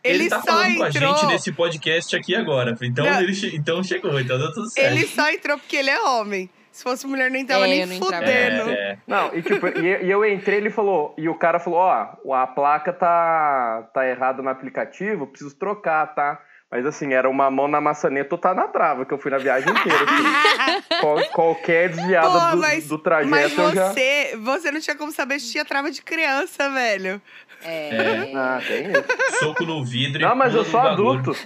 ele,
Ele,
tá
só
falando com a
entrou.
gente nesse podcast aqui agora. Então
Não.
ele che- então chegou, então deu tudo certo.
Ele só entrou porque ele é homem. Se fosse mulher, nem tava
É,
nem
eu não entrava.
fudendo.
É, é.
Não, e tipo, e, eu- e eu entrei, ele falou, e o cara falou, ó, a placa tá, tá errada no aplicativo, preciso trocar, tá? Mas assim, era uma mão na maçaneta ou tá na trava, que eu fui na viagem inteira. assim. Qual- qualquer desviada
Pô,
do,
mas-
do trajeto
Mas
eu já.
você, você não tinha como saber se tinha trava de criança, velho.
É.
Ah, tem isso.
Soco no vidro. e
Não, mas eu
pula
sou
no bagulho.
adulto.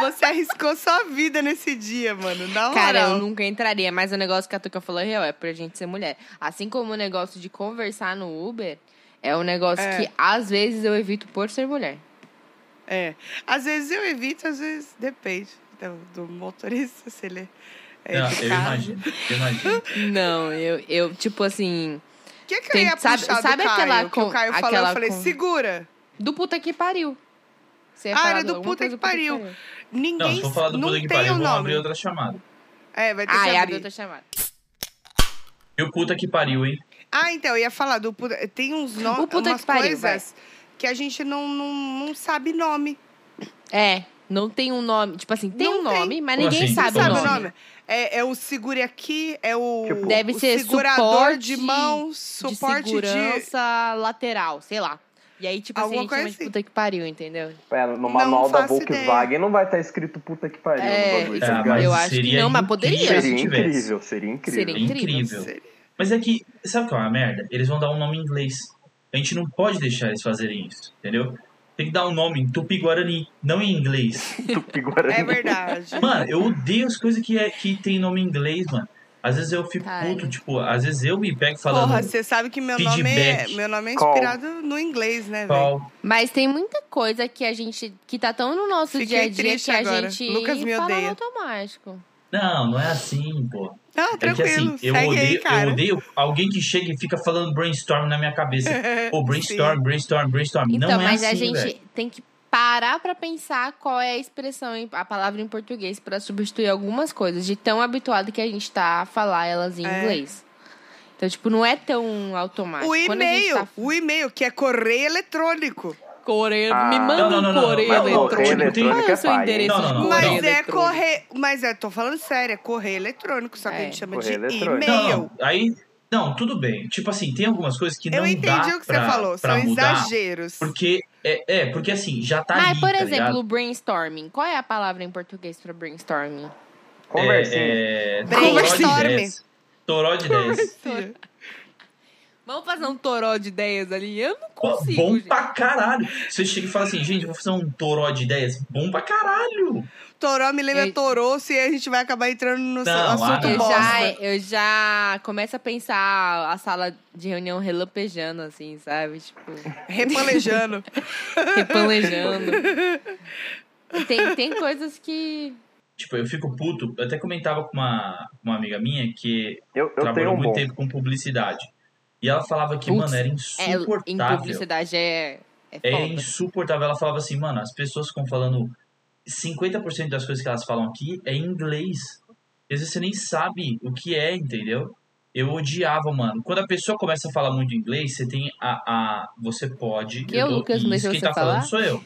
Você arriscou sua vida nesse dia, mano. Na moral.
Cara, eu nunca entraria, mas o negócio que a Tuca falou é real, é pra gente ser mulher. Assim como o negócio de conversar no Uber, é um negócio
É.
que às vezes eu evito por ser mulher.
É. Às vezes eu evito, às vezes depende do, do motorista, se ele é
Não, eu
educado.
imagino. Eu imagino.
Não, eu, eu tipo assim,
O que, que
Tem-
eu ia
sabe-
puxar
sabe
do Caio?
aquela
que o
com-
Caio falou,
aquela
eu falei,
com-
segura.
do puta que pariu. Você ia
Ah,
falar
era do
alguma
puta
coisa
que pariu.
Não,
Ninguém
se for falar do
não
Puta que
tem
Pariu,
o
vamos abrir
nome.
outra chamada.
É, vai ter
Ah,
que
é a
abrir.
outra chamada.
E o Puta que Pariu, hein?
Ah, então, eu ia falar do puta... Tem uns
O
nomes,
puta
umas
que pariu,
coisas que a gente não, não, não sabe nome.
É, não tem um nome. Tipo assim, tem
Não
um
tem.
nome, mas
Como
ninguém
assim?
sabe,
Como
sabe
o
assim?
nome.
É, é o segure aqui, é o,
Tipo-
Deve
o
ser
segurador
suporte
de mão,
De
suporte de...
segurança lateral, sei lá. E aí, tipo assim, a
Alguma
gente
coisa
chama de
assim.
puta que pariu, entendeu?
É, no manual da
faço
Volkswagen não vai estar escrito puta que pariu.
É,
no bagulho,
isso
tá
Ah,
ligado?
mas
eu acho que
seria
não, mas
incrível
poderia.
se
Seria
tivesse.
incrível, seria incrível.
É
Seria
incrível.
Seria.
Mas é que, sabe o que é uma merda? Eles vão dar um nome em inglês. A gente não pode deixar eles fazerem isso, entendeu? Tem que dar um nome em tupi-guarani, não em inglês.
Tupi-Guarani.
É verdade.
Mano, eu odeio as coisas que, é, que tem nome em inglês, mano. Às vezes eu fico
Caralho.
puto, tipo, às vezes eu me pego falando
Tá, Porra, você sabe que meu nome, é,
feedback.
meu nome é
Call.
inspirado no inglês, né, velho?
pau.
Mas tem muita coisa que a gente. que tá tão no nosso
Fiquei
dia a dia
triste
que a
agora.
gente.
Lucas me
fala "Ah, no
odeia.
automático.
Não, não é assim, pô.
Não,
É que
tranquilo.
assim, eu
segue aí,
odeio,
cara.
eu odeio alguém que chega e fica falando brainstorm na minha cabeça. Pô, brainstorm, brainstorm, brainstorm.
Então,
não é
mas
assim,
a gente
velho.
tem que parar pra pensar qual é a expressão, em- a palavra em português pra substituir algumas coisas, de tão habituado que a gente tá a falar elas em
É.
inglês. Então, tipo, não é tão automático.
O
Quando a gente
e-mail,
tá-
o e-mail, que é correio eletrônico.
Correio,
Ah.
me manda
Não, não, não,
um
não, não.
correio
Mas, não,
eletrônico.
correio eletrônico
Qual é o seu
é pai,
endereço
hein? Não,
de
não, não,
mas
correio
é
eletrônico?
correio. Mas é, tô falando sério, é correio eletrônico, só que a gente
É.
chama
Correio
de
eletrônico.
e-mail.
Não, aí. Não, tudo bem. Tipo assim, tem algumas coisas que
Eu
não
entendi
dá
o que
pra,
você falou,
pra
são
mudar,
exageros.
Porque. É, é, porque assim, já tá
Mas,
ali,
por
tá
exemplo,
ligado?
o brainstorming. Qual é a palavra em português pra brainstorming?
Conversinha.
É, é,
Brainstorm.
toró de ideias. Toró de ideias.
Vamos fazer um toró de ideias ali? Eu não
Bom-
consigo,
bom
gente.
pra caralho. Você chega e fala assim, gente, vou fazer um toró de ideias. Bom pra caralho.
Toró me lembra
Eu-
Toró, se a gente vai acabar entrando no seu
Não, ah,
assunto
não.
Eu
bosta.
já, é, eu já começo a pensar a sala de reunião relampejando, assim, sabe? Tipo,
Repalejando.
repanejando. tem, tem coisas que...
Tipo, eu fico puto. Eu até comentava com uma, uma amiga minha que
Eu, eu tenho
trabalhou
um
muito
bom.
tempo com publicidade. E ela falava que,
Putz,
mano, era
É, em
insuportável.
publicidade é, é
É
foda.
insuportável. Ela falava assim, mano, as pessoas ficam falando. 50% das coisas que elas falam aqui é em inglês. Às vezes você nem sabe o que é, entendeu? Eu odiava, mano. Quando a pessoa começa a falar muito inglês, você tem a. a você pode.
Que eu, Lucas,
e
não
isso
deixa
quem
você
tá falando sou
falar?
eu.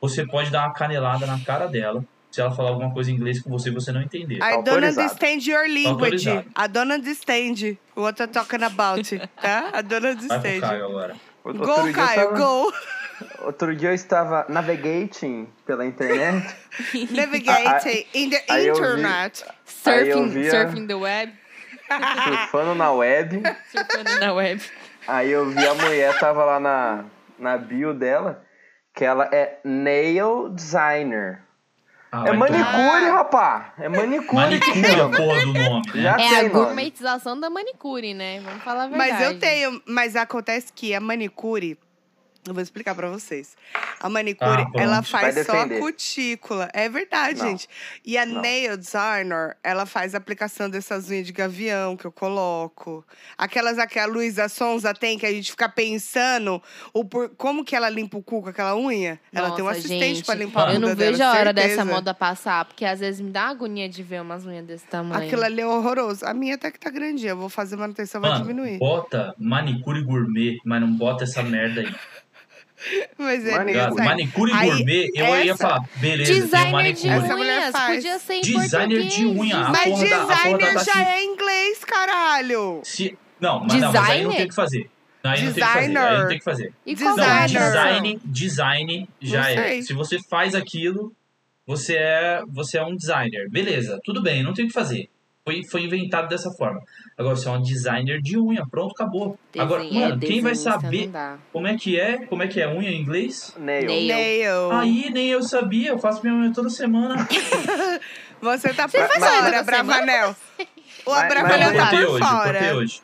Você pode dar uma canelada na cara dela se ela falar alguma coisa em inglês com você e você não entender.
I don't
Autorizado.
understand your language.
Autorizado.
I don't understand what I'm talking about, tá? I don't
Vai pro
understand.
Caio agora.
Outro-
Go,
outro dia eu
Caio,
tava-
go.
Outro dia eu estava navigating pela internet.
Navigate in the
aí eu vi-
internet.
Aí eu
Surfing,
via-
surfing the web,
surfando na web.
surfando na web.
Aí eu vi a mulher, tava lá na, na bio dela, que ela é nail designer.
Ah,
é
vai tomar.
manicure, rapá! É manicure, que
Manicure a
chama.
porra do nome, né?
Já
É
tem
a
nome.
gourmetização da manicure, né? Vamos falar a verdade.
Assim, Mas eu tenho, mas acontece que a manicure, eu vou explicar pra vocês. A manicure,
Ah, pronto.
ela
Vai
faz só a
defender.
cutícula, é verdade,
Não.
gente. E a
Não.
nail designer, ela faz a aplicação dessas unhas de gavião que eu coloco. Aquelas que a Luísa Sonza tem que a gente fica pensando o por, como que ela limpa o cu com aquela unha? ela tem um
Nossa,
assistente
gente,
pra limpar a
Eu
bunda
não
dela,
vejo a hora dessa
certeza.
moda passar, porque às vezes me dá agonia de ver umas unhas desse tamanho.
Aquilo ali é horroroso. A minha até que tá grandinha. Eu vou fazer manutenção, vai
Ah,
Mano,
diminuir.
bota manicure gourmet, mas não bota essa merda aí. tá
Mas é
Manicure.
Ligado?
essa-
Manicure
Aí,
gourmet, eu ia
essa-
falar, beleza, tem um
Designer de
manicure.
Essa mulher
unhas,
faz.
podia ser em
Designer de
português.
unha, a
Mas
porra da- a porra
designer
da-
já é inglês, caralho!
Se... Não, mas, não, mas aí não
Designer?
tem o que fazer. Aí não tem o que fazer. Aí não tem o que fazer.
E qual
Não,
Designer.
design, design já
Não
é.
sei.
Se você faz aquilo, você é, você é um designer. Beleza, tudo bem, não tem o que fazer. Foi, foi inventado dessa forma. Agora você é um designer de unha, pronto, acabou.
Desenho-
Agora,
é,
mano, quem vai
desenhista
saber
Não dá.
como é que é, como é que é unha em inglês?
Nail.
Nail.
Nail.
Aí nem eu sabia, eu faço minha unha toda semana.
Você tá por
faz
fora,
toda
Bravanel. O
Mas-
Bravanel
mas
tá
cortei
por
hoje, eu cortei
fora.
hoje.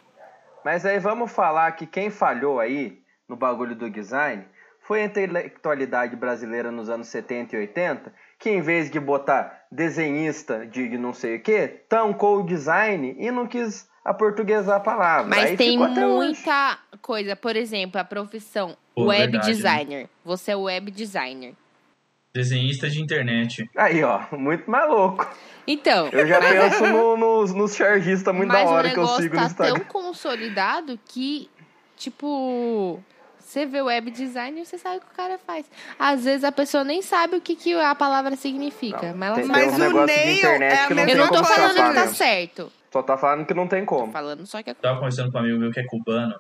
Mas aí vamos falar que quem falhou aí no bagulho do design foi a intelectualidade brasileira nos anos 70 e 80, que em vez de botar desenhista de não sei o que, tancou o design e não quis aportuguesar a palavra.
Mas
aí
tem
ficou até hoje.
muita coisa. Por exemplo, a profissão
Pô,
web
verdade, né?
designer. Você é web designer.
Desenhista de internet.
Aí, ó, muito mais louco.
Então,
Eu já
mas,
penso no- nos, nos chargistas É muito
mas
da
o
hora que eu
negócio
sigo no
tá
Instagram.
tão consolidado que, tipo, você vê web designer, você sabe o que o cara faz. Às vezes a pessoa nem sabe o que, que a palavra significa, mas ela
Tem,
sabe.
tem
Mas
um
o
negócio de
nail
internet
é a
que não
Eu
tem
mesma
não tô
como
coisa.
falando que
escapar,
tá
né?
certo.
Só tá falando que não tem
Tô
como.
falando só que é
Tava conversando com um amigo meu que é cubano.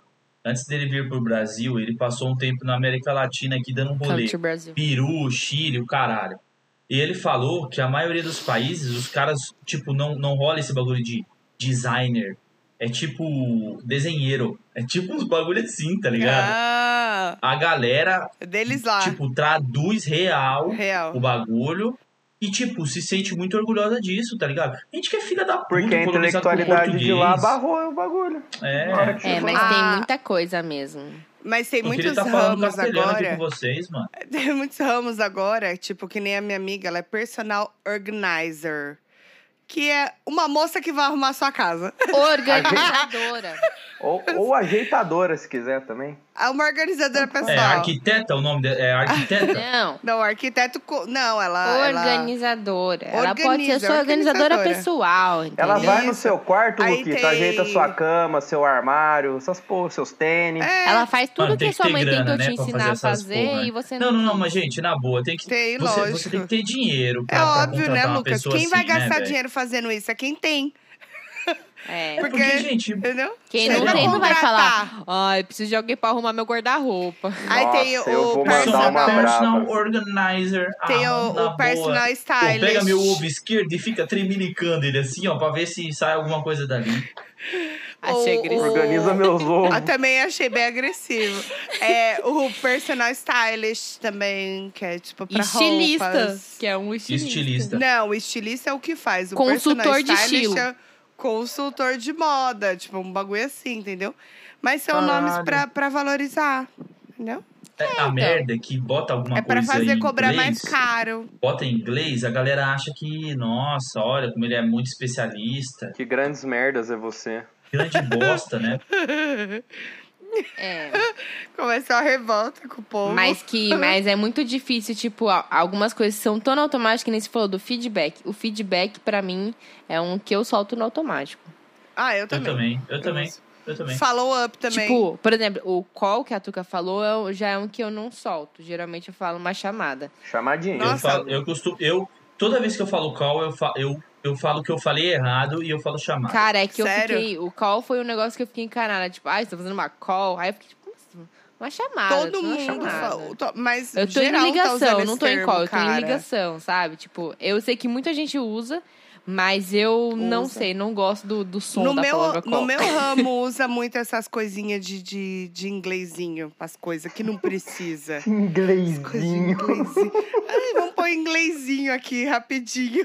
Antes dele vir pro Brasil, ele passou um tempo na América Latina aqui dando um rolê.
tipo-
Country Brasil.
Peru, Chile, o caralho. E ele falou que a maioria dos países, os caras, tipo, não, não rola esse bagulho de designer. É tipo desenheiro. É tipo uns bagulho assim, tá ligado?
Ah,
A galera,
deles lá.
tipo, traduz real
Real.
o bagulho e, tipo, se sente muito orgulhosa disso, tá ligado? A gente que é filha da puta,
Porque a
colonizado por
intelectualidade de lá
português.
barrou o bagulho. Na hora
É.
que
É,
chegou.
mas
Ah.
tem muita coisa mesmo.
Mas tem
Eu queria
muitos
estar tá falando
ramos
castelhano
agora.
aqui com vocês, mano.
Tem muitos ramos agora, tipo, que nem a minha amiga, ela é personal organizer. Que é uma moça que vai arrumar a sua casa.
Organizadora.
Ou, ou ajeitadora, se quiser também.
É uma organizadora pessoal.
É arquiteta o nome dela. É arquiteta.
Não.
Não, arquiteto. co- Não, ela. ela...
Organizadora. Ela pode ser
Organiza,
sua organizadora
organizadora.
pessoal.
Ela
entendeu?
vai no seu quarto,
Aí
Luquita,
tem-
ajeita sua cama, seu armário, essas porra, seus tênis.
É,
Ela faz tudo
Mano,
que
tem
a
que
sua
ter
mãe
grana,
tentou
né,
te
pra
ensinar
fazer
a
essas
fazer
porra, né?
e você não.
Não, não, não,
quis.
mas gente, na boa, tem que.
tem,
Você,
lógico.
você tem que ter dinheiro pra,
É
pra
óbvio,
contratar
né,
uma
Lucas?
pessoa
Quem vai
assim, né,
gastar
velho?
dinheiro fazendo isso? É quem tem,
É.
É porque,
Porque-
gente,
entendeu?
Quem
Você tá?
não
vai
tem não vai
contratar.
falar. Ai, preciso de alguém pra arrumar meu guarda-roupa.
Aí tem
Nossa,
o
eu vou
eu sou
mandar um uma
personal.
personal
brava.
organizer.
Tem
ah,
o,
na
o
boa.
personal
Pô,
stylist.
pega meu ovo esquerdo e fica tremilicando ele assim, ó, pra ver se sai alguma coisa dali.
O-
Achei
o-
agressivo.
Organiza meus ovos.
Eu também achei bem agressivo. É, o personal stylist também, que é tipo pra
Estilista.
roupas.
Que é um estilista.
Estilista.
Não, o estilista é o que faz. O
Consultor
personal
de
stylist
estilo.
É consultor de moda, tipo um bagulho assim, entendeu? Mas são
Caralho.
nomes pra, pra valorizar, entendeu?
É, a merda é que bota alguma
então. é pra
coisa
fazer
em
cobrar mais
inglês,
caro.
bota em inglês, a galera acha que, nossa, olha como ele é muito especialista.
Que grandes merdas é você.
Grande bosta, né?
É.
Começou a revolta com o povo.
Mas que, mas é muito difícil, tipo, a- algumas coisas são tão automáticas, que nem se falou do feedback. O feedback, pra mim, é um que eu solto no automático.
Ah, eu
Eu
também.
também, eu também, eu também.
Follow up também.
Tipo, por exemplo, o call que a Tuca falou é um- já é um que eu não solto. Geralmente eu falo uma chamada.
Chamadinha.
Eu,
Nossa.
falo, eu costumo. Eu, toda vez que eu falo call, eu, fa, eu, eu falo que eu falei errado e eu falo chamada.
Cara, é que
Sério?
eu fiquei. O call foi um negócio que eu fiquei encanada. Tipo, ai, você tá fazendo uma call? Aí eu fiquei, tipo, como assim? Uma chamada. tô
Todo
numa
mundo
chamada.
falou. to- Mas
Eu tô
geral
em
tá
ligação,
usando esse
não tô em
termo,
call, eu tô em
cara.
ligação, sabe? Tipo, eu sei que muita gente usa, mas eu não
Usa.
sei, não gosto do, do som
no
da
meu,
palavra call.
no meu ramo usa muito essas coisinhas de, de, de inglesinho, as coisas que não precisa. Coisa de
Inglesinho.
inglesinho. Ai, vamos pôr inglesinho aqui rapidinho.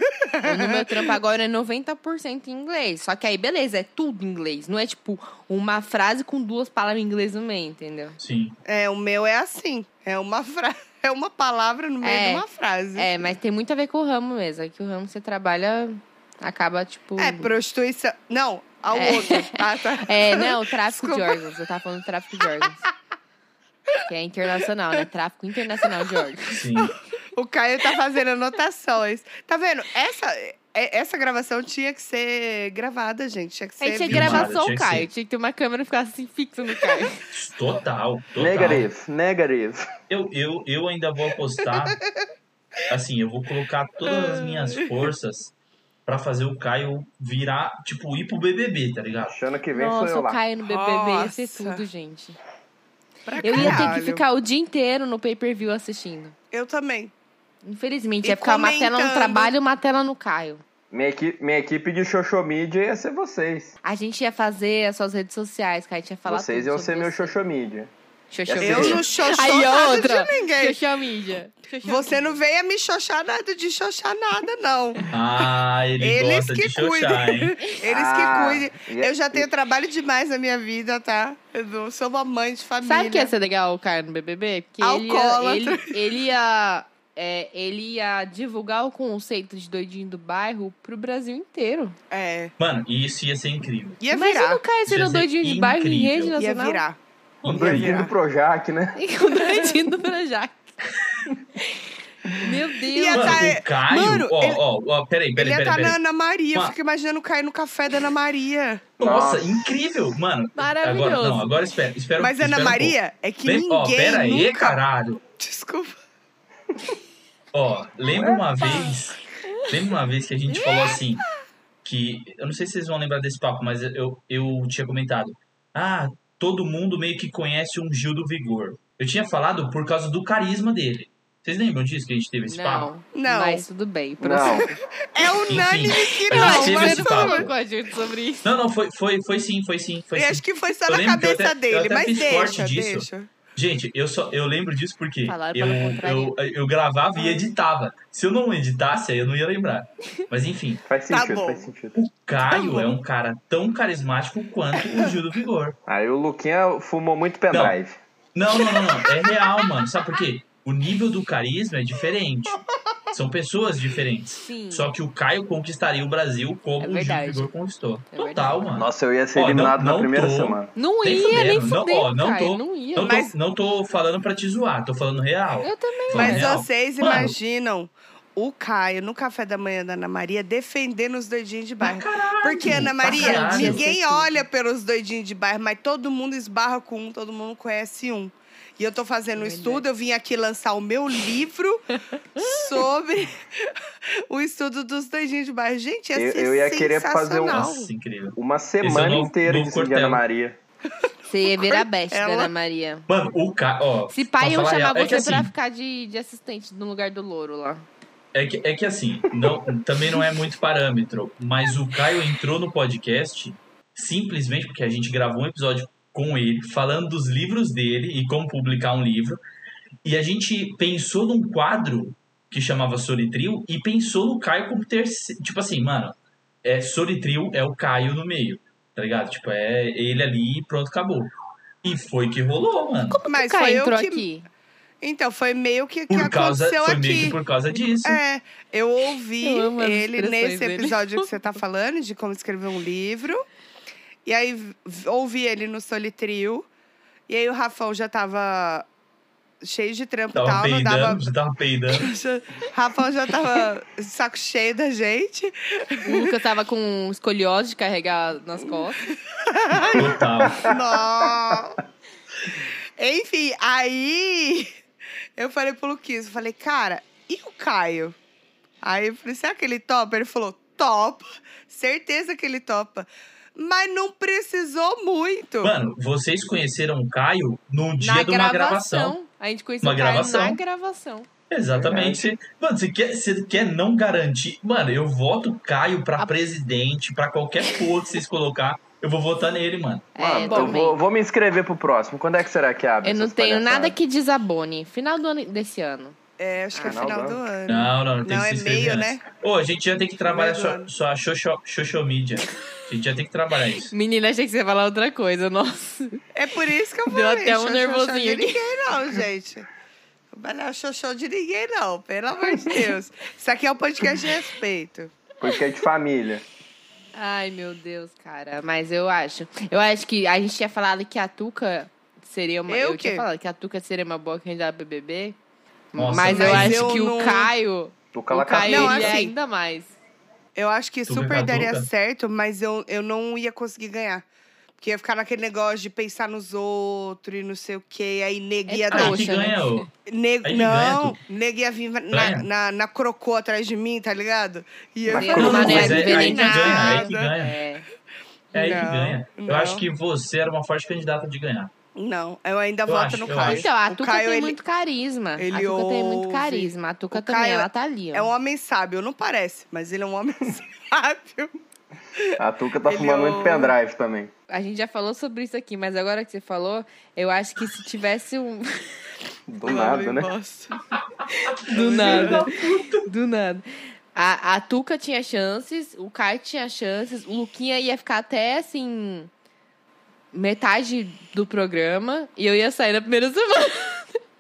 No meu trampo agora é 90% em inglês. Só que aí, beleza, é tudo em inglês. Não é tipo uma frase com duas palavras em inglês no meio, entendeu?
Sim.
É, o meu é assim. É uma fra... é uma palavra no meio
É,
de uma frase. É,
É, mas tem muito a ver com o ramo mesmo. É que o ramo que você trabalha acaba, tipo.
É prostituição. Não, ao
É.
outro. Tá, tá.
É, não, tráfico de
Desculpa.
órgãos. Eu tava falando tráfico de órgãos. Que é internacional, né? Tráfico internacional de órgãos.
Sim.
O Caio tá fazendo anotações. Tá vendo? Essa, é- essa gravação tinha que ser gravada, gente. Tinha que
Aí
ser.
tinha que
vídeo.
gravar
filmado,
só o
tinha que
Caio.
ser.
Tinha que ter uma câmera e ficar assim fixa no Caio.
Total. total.
Negative, negative.
Eu, eu, eu ainda vou apostar. Assim, eu vou colocar todas as minhas forças pra fazer o Caio virar, tipo, ir pro BBB, tá ligado?
Achando que vem sou
Nossa,
eu
o
lá.
Caio no BBB ia ser
Nossa.
tudo, gente.
Pra
Eu ia ter que
caralho.
ficar o dia inteiro no pay-per-view assistindo.
Eu também.
Infelizmente,
E
ia ficar uma tela no
comentando.
trabalho e uma tela no Caio.
Minha equipe, minha equipe de Xoxomídia ia ser vocês.
A gente ia fazer as suas redes sociais, Caio. A gente ia falar
vocês
tudo
iam
sobre
ser meu
você.
Xoxomídia.
Xoxô
Eu
Eu
sei.
não xoxou
Aí
nada
outra.
de ninguém.
Social media. Xoxô
Você
mídia.
não venha me xoxar nada de xoxar nada, não.
Ah, ele
Eles
gosta de
que
xoxar,
cuidem.
hein?
Eles
Ah,
que cuidem.
e-
Eu já tenho trabalho demais na minha vida, tá? Eu não sou uma mãe de família.
Sabe o que ia ser legal o Caio no BBB? Porque ele ia,
Alcoólatra.
ele, ele ia, é, ele ia divulgar o conceito de doidinho do bairro pro Brasil inteiro.
É.
Mano, isso ia ser incrível.
Ia
Imagina
virar.
o Caio
Ia
sendo
ser
doidinho de bairro em
incrível.
rede
Ia
nacional.
virar.
Doidinho do Projac, né?
E o doidinho do Projac. Meu Deus.
E a
Mano,
Thay-
o Caio.
tá- Mano,
ó,
ele-
ó, ó, peraí,
Ele
peraí,
ia
peraí.
tá estar
peraí.
na Ana Maria. Eu
Ma-
fico imaginando cair no café da Ana Maria.
Nossa,
Nossa.
incrível, mano.
Maravilhoso.
Agora, não, agora espera. espera
Mas
espera
Ana
um
Maria é que
pouco. Lem- Ó,
ninguém
pera aí,
nunca...
caralho.
Desculpa.
Ó, lembra uma vez. Lembra uma vez que a gente falou assim. Que. Eu não sei se vocês vão lembrar desse papo, mas eu, eu tinha comentado. Ah, todo mundo meio que conhece um Gil do Vigor. Eu tinha falado por causa do carisma dele. Vocês lembram disso que a gente teve esse papo?
Não,
Não.
mas tudo bem.
Não.
É unânime que
a
não.
gente teve
mas
esse
todo
papo.
mundo-
com a gente sobre isso.
Não, não, foi, foi, foi sim, foi sim. Foi
E
sim.
acho que foi só
Eu
na
lembro que eu
cabeça
até- eu
dele.
até
Mas
fiz
deixa,
corte disso.
deixa.
Gente, eu só eu lembro disso porque
Falaram
eu,
pelo contrário.
eu, eu gravava e editava. Se eu não editasse, aí eu não ia lembrar. Mas enfim,
Faz
Tá
sentido,
bom.
faz sentido.
o Caio
bom.
é um cara tão carismático quanto o Gil do Vigor.
Aí o Luquinha fumou muito pendrive.
Não, não, não, não. É real, mano. Sabe por quê? O nível do carisma é diferente. São pessoas diferentes.
Sim.
Só que o Caio conquistaria o Brasil como
Hum.
o
É
Gil do
verdade.
Vigor conquistou.
É
Total,
verdade.
mano.
Nossa, eu ia ser
Ó, não-
eliminado
não
na primeira
tô.
semana.
Não
Nem
ia, nem
fudendo. Não,
fudendo,
ó, não
cara.
tô-
Não ia.
não, tô,
mas-
não tô falando pra te zoar, tô falando real.
Eu também.
Falando
Mas
real.
vocês
Mano.
imaginam o Caio no café da manhã da Ana Maria defendendo os doidinhos de bairro. Porque, Ana
pra
Maria,
caralho.
ninguém
Isso é tudo.
olha pelos doidinhos de bairro, mas todo mundo esbarra com um, todo mundo conhece um. E eu tô fazendo um
Verdade.
estudo, eu vim aqui lançar o meu livro sobre o estudo dos doidinhos de bairro. Gente, ia
Eu-
ser
eu ia querer fazer um-
sensacional.
Nossa, incrível.
Uma
Esse
semana
é o novo-
inteira
novo
de Ana
quartel.
Maria.
Você ia virar best da
Ela-
Ana Maria.
Mano, o Caio, ó.
Se
pra
pai, eu
falar
chamar
real, é
você
que
pra
assim,
ficar de, de assistente no lugar do louro lá.
É que, é que assim, não, também não é muito parâmetro, mas o Caio entrou no podcast simplesmente porque a gente gravou um episódio com ele, falando dos livros dele e como publicar um livro. E a gente pensou num quadro que chamava Solitril e pensou no Caio como terceiro. Tipo assim, mano, é Solitril é o Caio no meio, tá ligado? Tipo, é ele ali e pronto, acabou. E foi que rolou, mano.
Mas
o cara
foi Ah, eu
entrou
que.
aqui.
Então, foi meio que, que
Por causa,
aconteceu
foi
aqui.
meio que por causa disso.
É, eu ouvi
Eu amo as
ele
expressões
nesse
dele.
episódio que você tá falando, de como escrever um livro. E aí v- ouvi ele no Solitrio. E aí o Rafão já tava cheio de trampo e
Tava né?
tal, não dava.
peidando, já tava peidando.
Já- Rafão já tava de saco cheio da gente.
O Lucas tava com escoliose de carregar nas costas.
Total.
Nó. Enfim, aí eu falei pro Luquinhos, eu falei, cara, e o Caio? Aí eu falei, será que ele topa? Ele falou, topa, certeza que ele topa. Mas não precisou muito.
Mano, vocês conheceram o Caio no dia de uma gravação.
A gente conheceu
Uma
o cara na
gravação.
gravação.
Exatamente. Cê- Mano, você quer, cê quer não garantir. Mano, eu voto Caio pra
A-
presidente, pra qualquer porra que vocês colocar. Eu vou votar nele, mano.
Mano,
é,
eu
também.
vou, vou me inscrever pro próximo. Quando é que será que abre?
Eu não
essas
tenho nada
palhaçadas?
que desabone. Final do ano desse ano.
É, acho que é
Ah, não,
final do
não.
ano.
Não, não, não tem
Não,
que se
é
inscrever
meio,
antes.
né?
Ô, a gente já tem que trabalhar
Meio do
só,
ano.
só a social, social media. A gente já tem que trabalhar isso.
Menina, achei que você ia falar outra coisa. Nossa.
É por isso que eu
Deu
falei.
até um
xoxó
nervosinho
de
aqui.
ninguém não, gente. Não vai xoxô de ninguém não, pelo amor de Deus. Isso aqui é um podcast de respeito.
Porque é de família.
Ai, meu Deus, cara. Mas eu acho. Eu acho que a gente tinha falado que a Tuca seria uma.
Eu
Eu,
o
tinha
quê?
falado que a Tuca seria uma boa candidata a BBB.
Nossa,
mas eu
mas
acho
eu
que
não-
o Caio.
Do
O Caio
Não,
Calacatu.
ele é
assim,
ainda mais.
Eu acho que
Tu
super
brincaduca?
daria certo, mas eu, eu não ia conseguir ganhar. Porque ia ficar naquele negócio de pensar nos outros e não sei o quê. Aí nega
É
ia
Ah,
dar.
trouxa.
que
né?
ganha, ô.
Nego,
Aí que ganha
não, nega ia vir
Ganha.
na, na, na crocô atrás de mim, tá ligado? E eu
Na
ia
crocô,
Não, não,
Mano, é
mas é, é aí que
envenenado.
ganha, é aí que
nada.
ganha.
É.
É aí que
Não,
ganha. Eu
não.
acho que você era uma forte candidata de ganhar.
Não, eu ainda
Eu
voto
acho,
no
eu
Caio.
acho.
Então, a
O
Tuca
Caio,
tem
ele-
muito carisma.
ele
a Tuca tem muito
ouve.
carisma. A Tuca
O
também,
Caio
ela tá ali. ó.
É um homem sábio, não parece, mas ele é um homem sábio.
A Tuca tá
Ele
fumando
é o-
muito pendrive também.
A gente já falou sobre isso aqui, mas agora que você falou, eu acho que se tivesse um.
Do
Eu
nada,
não
né?
gosto.
Do nada. Do nada. A, a Tuca tinha chances, o Caio tinha chances, o Luquinha ia ficar até assim. metade do programa e eu ia sair na primeira semana.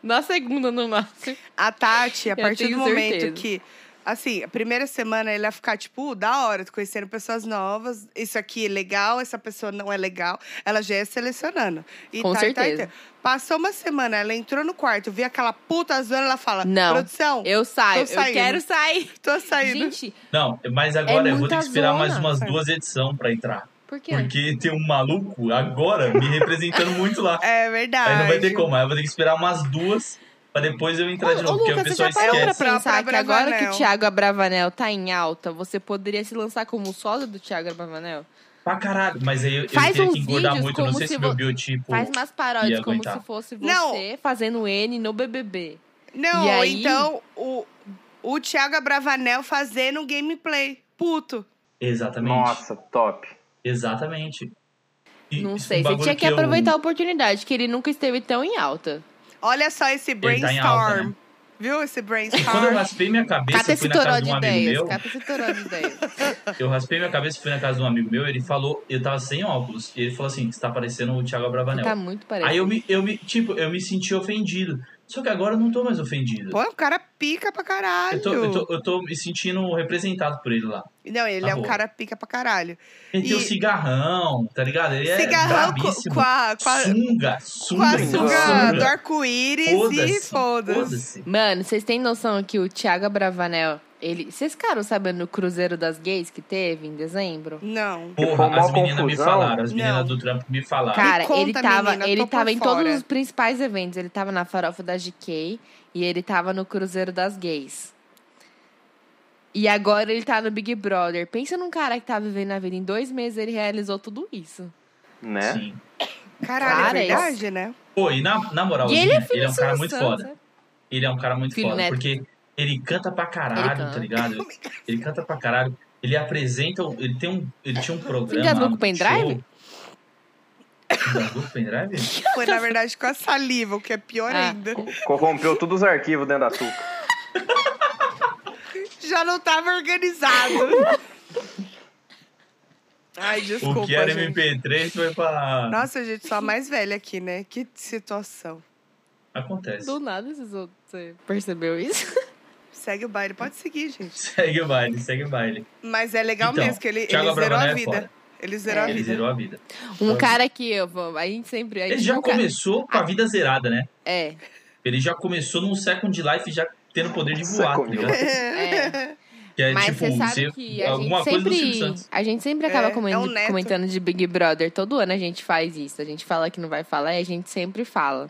na segunda, no máximo.
A Tati, a
Eu
partir do
tenho
momento
certeza.
que Assim, a primeira semana ele ia ficar, tipo, da hora, tô conhecendo pessoas novas. Isso aqui é legal, essa pessoa não é legal. Ela já ia selecionando. E
Com
tá, e tá, e tá.
certeza.
Passou uma semana, ela entrou no quarto, viu aquela puta zona, ela fala:
Não.
Produção,
Eu saio,
Tô saindo.
eu quero sair.
tô saindo.
Gente,
Não, mas agora
É
eu vou ter
muita
que esperar
zona,
mais umas
sabe?
duas edições pra entrar.
por quê?
Porque tem um maluco agora me representando muito lá.
É verdade.
Aí não vai ter como, aí eu vou ter que esperar umas duas pra depois eu entrar de
Ô,
novo, porque o
Lucas, você
pessoal
já parou pra
esquece.
Pra-
pensar
pra
que agora que
Bravanel.
o Thiago Abravanel tá em alta, você poderia se lançar como sósia do Thiago Abravanel?
Pra caralho. Mas aí eu, eu
Faz
teria que
uns
engordar
vídeos
muito, não
como
sei se,
se
meu
vo-
biotipo.
Faz umas paródias
ia
como
aguentar.
se fosse você
Não.
fazendo N no BBB.
Não,
E
ou
aí?
então o, o Thiago Bravanel fazendo um gameplay. Puto.
Exatamente.
Nossa, top.
Exatamente. E
Não
isso é um
sei, você
bagulho
tinha que,
eu-
aproveitar a oportunidade, que ele nunca esteve tão em alta.
Olha só esse
Ele
brainstorm.
tá em alta, né?
Viu esse
Quando eu
brainstorm?
raspei minha cabeça,
Cata
eu fui
esse
na casa
toró
de
de
um amigo
ideias,
meu.
cata esse toró de ideias.
Eu raspei minha cabeça, fui na casa de um amigo meu, ele falou, eu tava sem óculos. E ele falou assim: você tá parecendo o Thiago Abravanel.
tá muito parecido.
Aí eu me, eu me, tipo, eu me senti ofendido. Só que agora eu não tô mais ofendido.
Pô, o cara pica pra caralho.
Eu tô, eu, tô, eu tô me sentindo representado por ele lá.
Não, ele
Tá
é um
bom.
cara pica pra caralho.
Ele tem o
E-
cigarrão, tá ligado? Ele é
Cigarrão co-
brabíssimo.
com a, com a,
Sunga, sunga,
com a
sunga.
sunga do
sunga.
arco-íris e
Foda-se,
foda-se.
foda-se.
Mano, vocês têm noção que o Thiago Bravanel, ele. Vocês ficaram sabendo do Cruzeiro das Gays que teve em dezembro?
Não.
foi
Porra,
uma
as meninas me
confusão.
falaram, as
Não.
meninas do trampo me falaram.
Cara,
Me conta,
ele tava,
menina, tô
ele
por
tava em
fora.
todos os principais eventos. Ele tava na farofa da GK e ele tava no Cruzeiro das Gays. E agora ele tá no Big Brother. Pensa num cara que tá vivendo a vida. Em dois meses ele realizou tudo isso.
Né?
Sim.
Caralho,
Cara,
é verdade, né?
Pô, e na, na moral,
e
ele,
ele é filho
é um
do
cara
Silvio
muito
Santos,
foda.
né?
Ele é um cara muito
Filho
foda,
neto.
porque ele canta pra
Ele
caralho,
canta.
tá ligado? Ele canta pra caralho. Ele apresenta, um- ele tem um, ele tinha um programa
engasgou
lá
com
no
o pendrive?
show. Engasgou com o pendrive?
Foi, na verdade, com a saliva, o que é pior
Ah.
ainda.
Corrompeu todos os arquivos dentro da tuca.
Já não tava organizado. Ai, desculpa,
O que era
gente.
MP3 foi pra...
Nossa, gente, só a mais velha aqui, né? Que situação.
Acontece.
Do nada vocês vão- você percebeu isso?
Segue o baile, pode seguir, gente.
Segue o baile, segue o baile.
Mas é legal
Então,
mesmo, que ele, ele
Thiago
zerou
Abravanel
a
é
vida.
foda.
ele zerou a
É, Ele
vida.
zerou a vida.
Um
Foda.
cara que eu vou. A gente sempre. A gente
Ele já
É, nunca-
começou com a vida zerada, né?
É.
Ele já começou num second life já tendo poder de voar, tá
Second
ligado?
É.
Que é
Mas
tipo,
você sabe
você-
que a
alguma
gente,
coisa do Silvio
sempre,
Santos.
a gente sempre acaba
É,
comen-
é um neto.
comentando de Big Brother. Todo ano a gente faz isso. A gente fala que não vai falar e a gente sempre fala.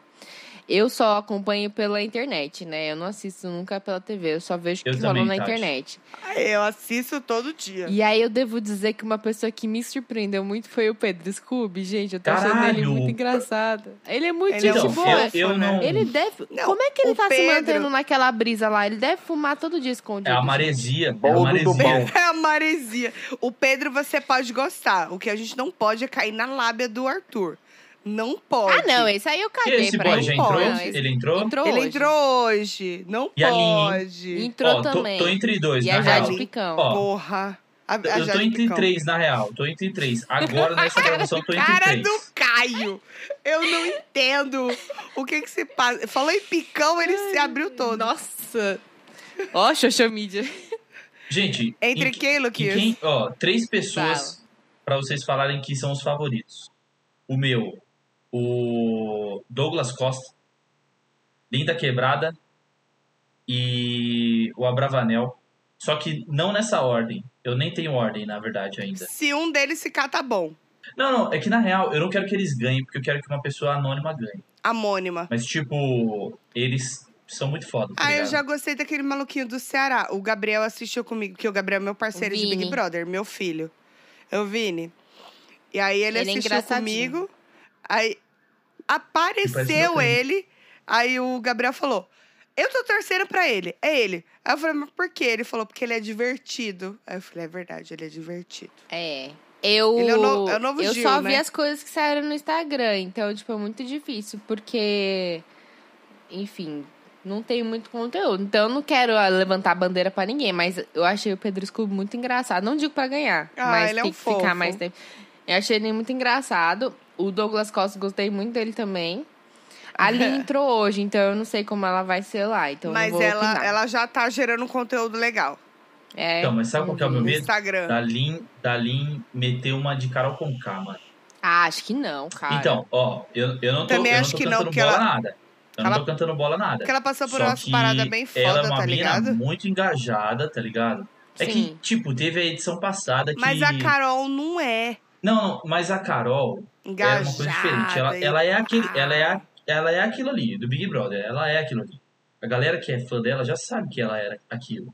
Eu só acompanho pela internet, né? Eu não assisto nunca pela TV. Eu só vejo o
Eu
que rolou
também,
na
Tati.
internet.
Ai, É, Eu assisto todo dia.
E aí eu devo dizer que uma pessoa que me surpreendeu muito foi o Pedro Scooby. Gente, eu tô achando ele
Caralho!
muito engraçado. Ele é muito
Ele é
gente
Então,
um
boa.
eu, eu
fofo, né?
não...
Ele deve.
Não,
Como é que ele
o
tá se
Pedro-
mantendo naquela brisa lá? Ele deve fumar todo dia escondido.
É a
gente.
maresia. É a
Boldo do
maresia.
bom.
É a maresia. O Pedro você pode gostar. O que a gente não pode é cair na lábia do Arthur. Não pode.
Ah, não, esse aí eu
E
caguei
esse
pra
boy
ele.
já
Não
entrou?
Não, esse-
Ele entrou?
entrou
Ele
hoje.
entrou hoje. Não
E a Lin, hein?
pode.
Entrou
Ó, tô-
também.
Tô, entre dois,
E
na
a Jade
real.
Picão.
Ó,
Porra. A, a
eu tô
Jade
entre
Picão.
três, na real. Tô entre três. Agora, nessa gravação, eu tô entre
Cara
três.
do Caio. Eu não entendo o que que se passa. Falou em picão, ele se abriu todo.
Nossa. Ó, social media.
Gente,
Entre
em-
quem,
em
Luquinhas?
quem, ó, três pessoas pra vocês falarem que são os favoritos. O meu, o Douglas Costa, Linda Quebrada e o Abravanel. Só que não nessa ordem. Eu nem tenho ordem, na verdade, ainda.
Se um deles ficar, tá bom.
Não, não, é que na real, eu não quero que eles ganhem, porque eu quero que uma pessoa anônima ganhe.
Amônima.
Mas, tipo, eles são muito foda. Tá
Ah, eu
ligado?
já gostei daquele maluquinho do Ceará. O Gabriel assistiu comigo, que o Gabriel é meu parceiro de Big
Vini.
Brother, meu filho. Eu, Vini. E aí ele,
Ele é
assistiu
engraçadinho.
comigo. Aí
Parece meu
apareceu
primo.
ele. Aí o Gabriel falou: Eu tô torcendo pra ele. É ele. Aí eu falei, mas por quê? Ele falou, porque ele é divertido. Aí eu falei, é verdade, ele é divertido.
É. Eu,
Ele é o no- é o novo
eu
Gil,
só
né?
vi as coisas que saíram no Instagram, então, tipo, é muito difícil, porque, enfim, não tem muito conteúdo. Então, eu não quero ah, levantar a bandeira pra ninguém, mas eu achei o Pedro Scooby muito engraçado. Não digo pra ganhar,
Ah,
mas
ele é
tem
um
que
fofo.
ficar mais tempo. Eu achei ele muito engraçado. O Douglas Costa, gostei muito dele também. A Lin entrou hoje, então eu não sei como ela vai ser lá, então eu
Mas
não vou
ela,
opinar.
ela já tá gerando um conteúdo legal.
É.
Então, mas sabe qual que é o meu
No
medo?
Instagram.
Dalin, Dalin meter uma de Carol com K, mano.
Ah, acho que não, cara.
Então, ó, eu, eu não tô,
Também
eu
acho
não tô
que não,
cantando
porque
bola
ela-
nada. Eu não
ela-
tô cantando bola nada.
Porque ela passou por
Só
umas
que
paradas bem
ela é
foda,
uma
tá
mina
ligado?
muito engajada, tá ligado? É que,
Sim.
tipo, teve a edição passada que...
Mas a Carol não é
Não, não, mas a Carol
engajada.
é uma coisa diferente. Ela,
e
ela é aquele,
tal.
ela, é a- ela é aquilo ali, do Big Brother. Ela é aquilo ali. A galera que é fã dela já sabe que ela era aquilo,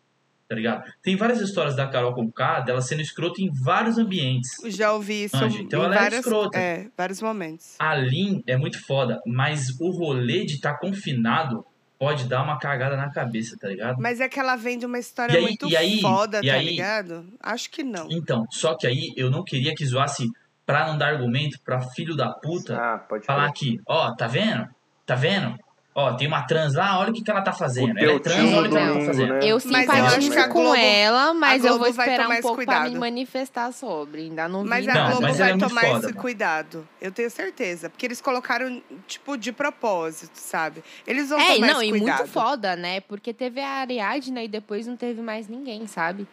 tá ligado? Tem várias histórias da Carol com K, dela sendo escrota em vários ambientes.
Já ouvi isso
Anjo, então
em
ela é
várias,
escrota.
é, vários momentos.
A Lin é muito foda, mas o rolê de estar confinado pode dar uma cagada na cabeça, tá ligado?
Mas é que ela vem de uma história
E aí-
muito
e aí-
foda,
e
tá
aí-
ligado? Acho que não.
Então, só que aí eu não queria que zoasse pra não dar argumento pra filho da puta
Ah, pode
falar
falar.
aqui, ó, tá vendo? Tá vendo? Ó, tem uma trans lá, olha o que, que ela tá fazendo. Ela é
teu
trans,
tio
olha o que ela tá
domingo,
fazendo.
né?
Eu
Mas eu
acho
simpatizo
que a
com
Globo-
ela, mas
a
eu vou
Globo vai
esperar
tomar
um
esse
pouco pra
cuidado.
me manifestar sobre. Ainda não vi
Mas a
Não,
nada.
Globo
mas ela
vai
é muito
tomar
foda,
esse
mano.
cuidado. Eu tenho certeza. Porque eles colocaram, tipo, de propósito, sabe? Eles vão
É,
tomar
não,
esse
e
cuidado.
muito foda, né? Porque teve a Ariadna e depois não teve mais ninguém, sabe?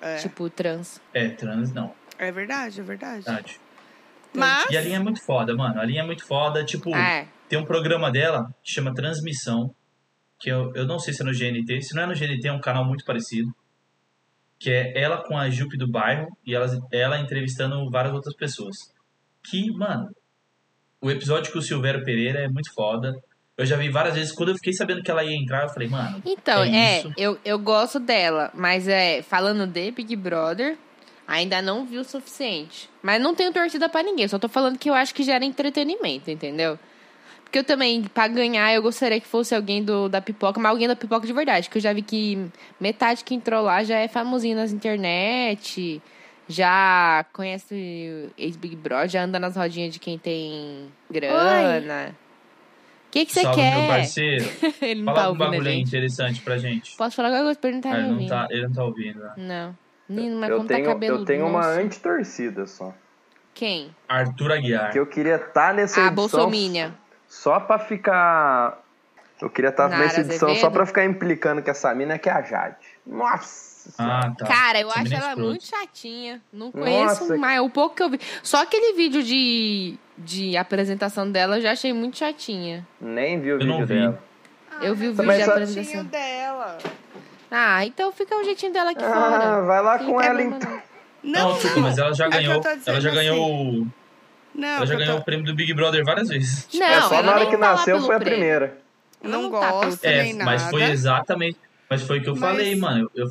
É,
Tipo, trans.
É, trans não,
é verdade, é verdade.
verdade.
Mas,
Tá, E a linha é muito foda, mano. A linha é muito foda. Tipo,
É.
tem um programa dela que chama Transmissão, que eu, eu não sei se é no GNT. Se não é no GNT, é um canal muito parecido. Que é ela com a Jupe do bairro e elas, ela entrevistando várias outras pessoas. Que, mano, o episódio com o Silvério Pereira é muito foda. Eu já vi várias vezes. Quando eu fiquei sabendo que ela ia entrar, eu falei, mano,
Então,
É
é,
isso.
eu, eu gosto dela, mas é, falando de Big Brother, ainda não vi o suficiente. Mas não tenho torcida pra ninguém, só tô falando que eu acho que gera entretenimento, entendeu? Porque eu também, pra ganhar, eu gostaria que fosse alguém do, da pipoca, mas alguém da pipoca de verdade, que eu já vi que metade que entrou lá já é famosinho nas internet, já conhece ex-Big Brother, já anda nas rodinhas de quem tem grana. O que que você
salve meu
quer?
parceiro.
Ele não
Fala
tá
um
ouvindo a
bagulho aí
gente.
interessante pra gente.
Posso falar alguma coisa pra ele não tá
Ah,
me
ele, não
ouvindo?
tá, ele não tá ouvindo. né?
Não. Menino, mas
Eu
como tá
tenho,
cabeludo.
eu tenho uma
nossa.
anti-torcida só.
Quem?
Arthur Aguiar.
Que eu queria estar nessa
A
edição
Bolsomínia.
só pra ficar. Eu queria estar
Nara
nessa edição só
Azevedo?
pra ficar implicando que essa mina que é a Jade. Nossa! senhora.
Ah, tá.
Cara, eu
Essa
acho
mina é
ela
escrota.
muito chatinha. Não conheço
Nossa.
mais. O pouco que eu vi. Só aquele vídeo de, de apresentação dela eu já achei muito chatinha.
Nem vi o
Eu não
vídeo
vi.
dela.
Eu vi o vídeo
Mas
de
só-
jeitinho
apresentação.
dela.
Ah, então fica o jeitinho dela aqui
Ah,
fora.
vai lá
Não tem
com ela
problema,
então.
Não,
Não, não.
desculpa, mas ela já
É que eu
ganhou.
tô
ela
dizendo
já
assim.
ganhou. ela já
Não, Ah, eu tô-
ganhou o prêmio do Big Brother várias vezes.
Não,
é só
ela
na hora
nem
que
tá lá
nasceu
pelo
foi a
prêmio.
primeira.
não,
não tá
gosto
pelo-
É,
nem
mas
nada.
foi exatamente. Mas foi o que eu
Mas-
falei, mano. Eu- eu-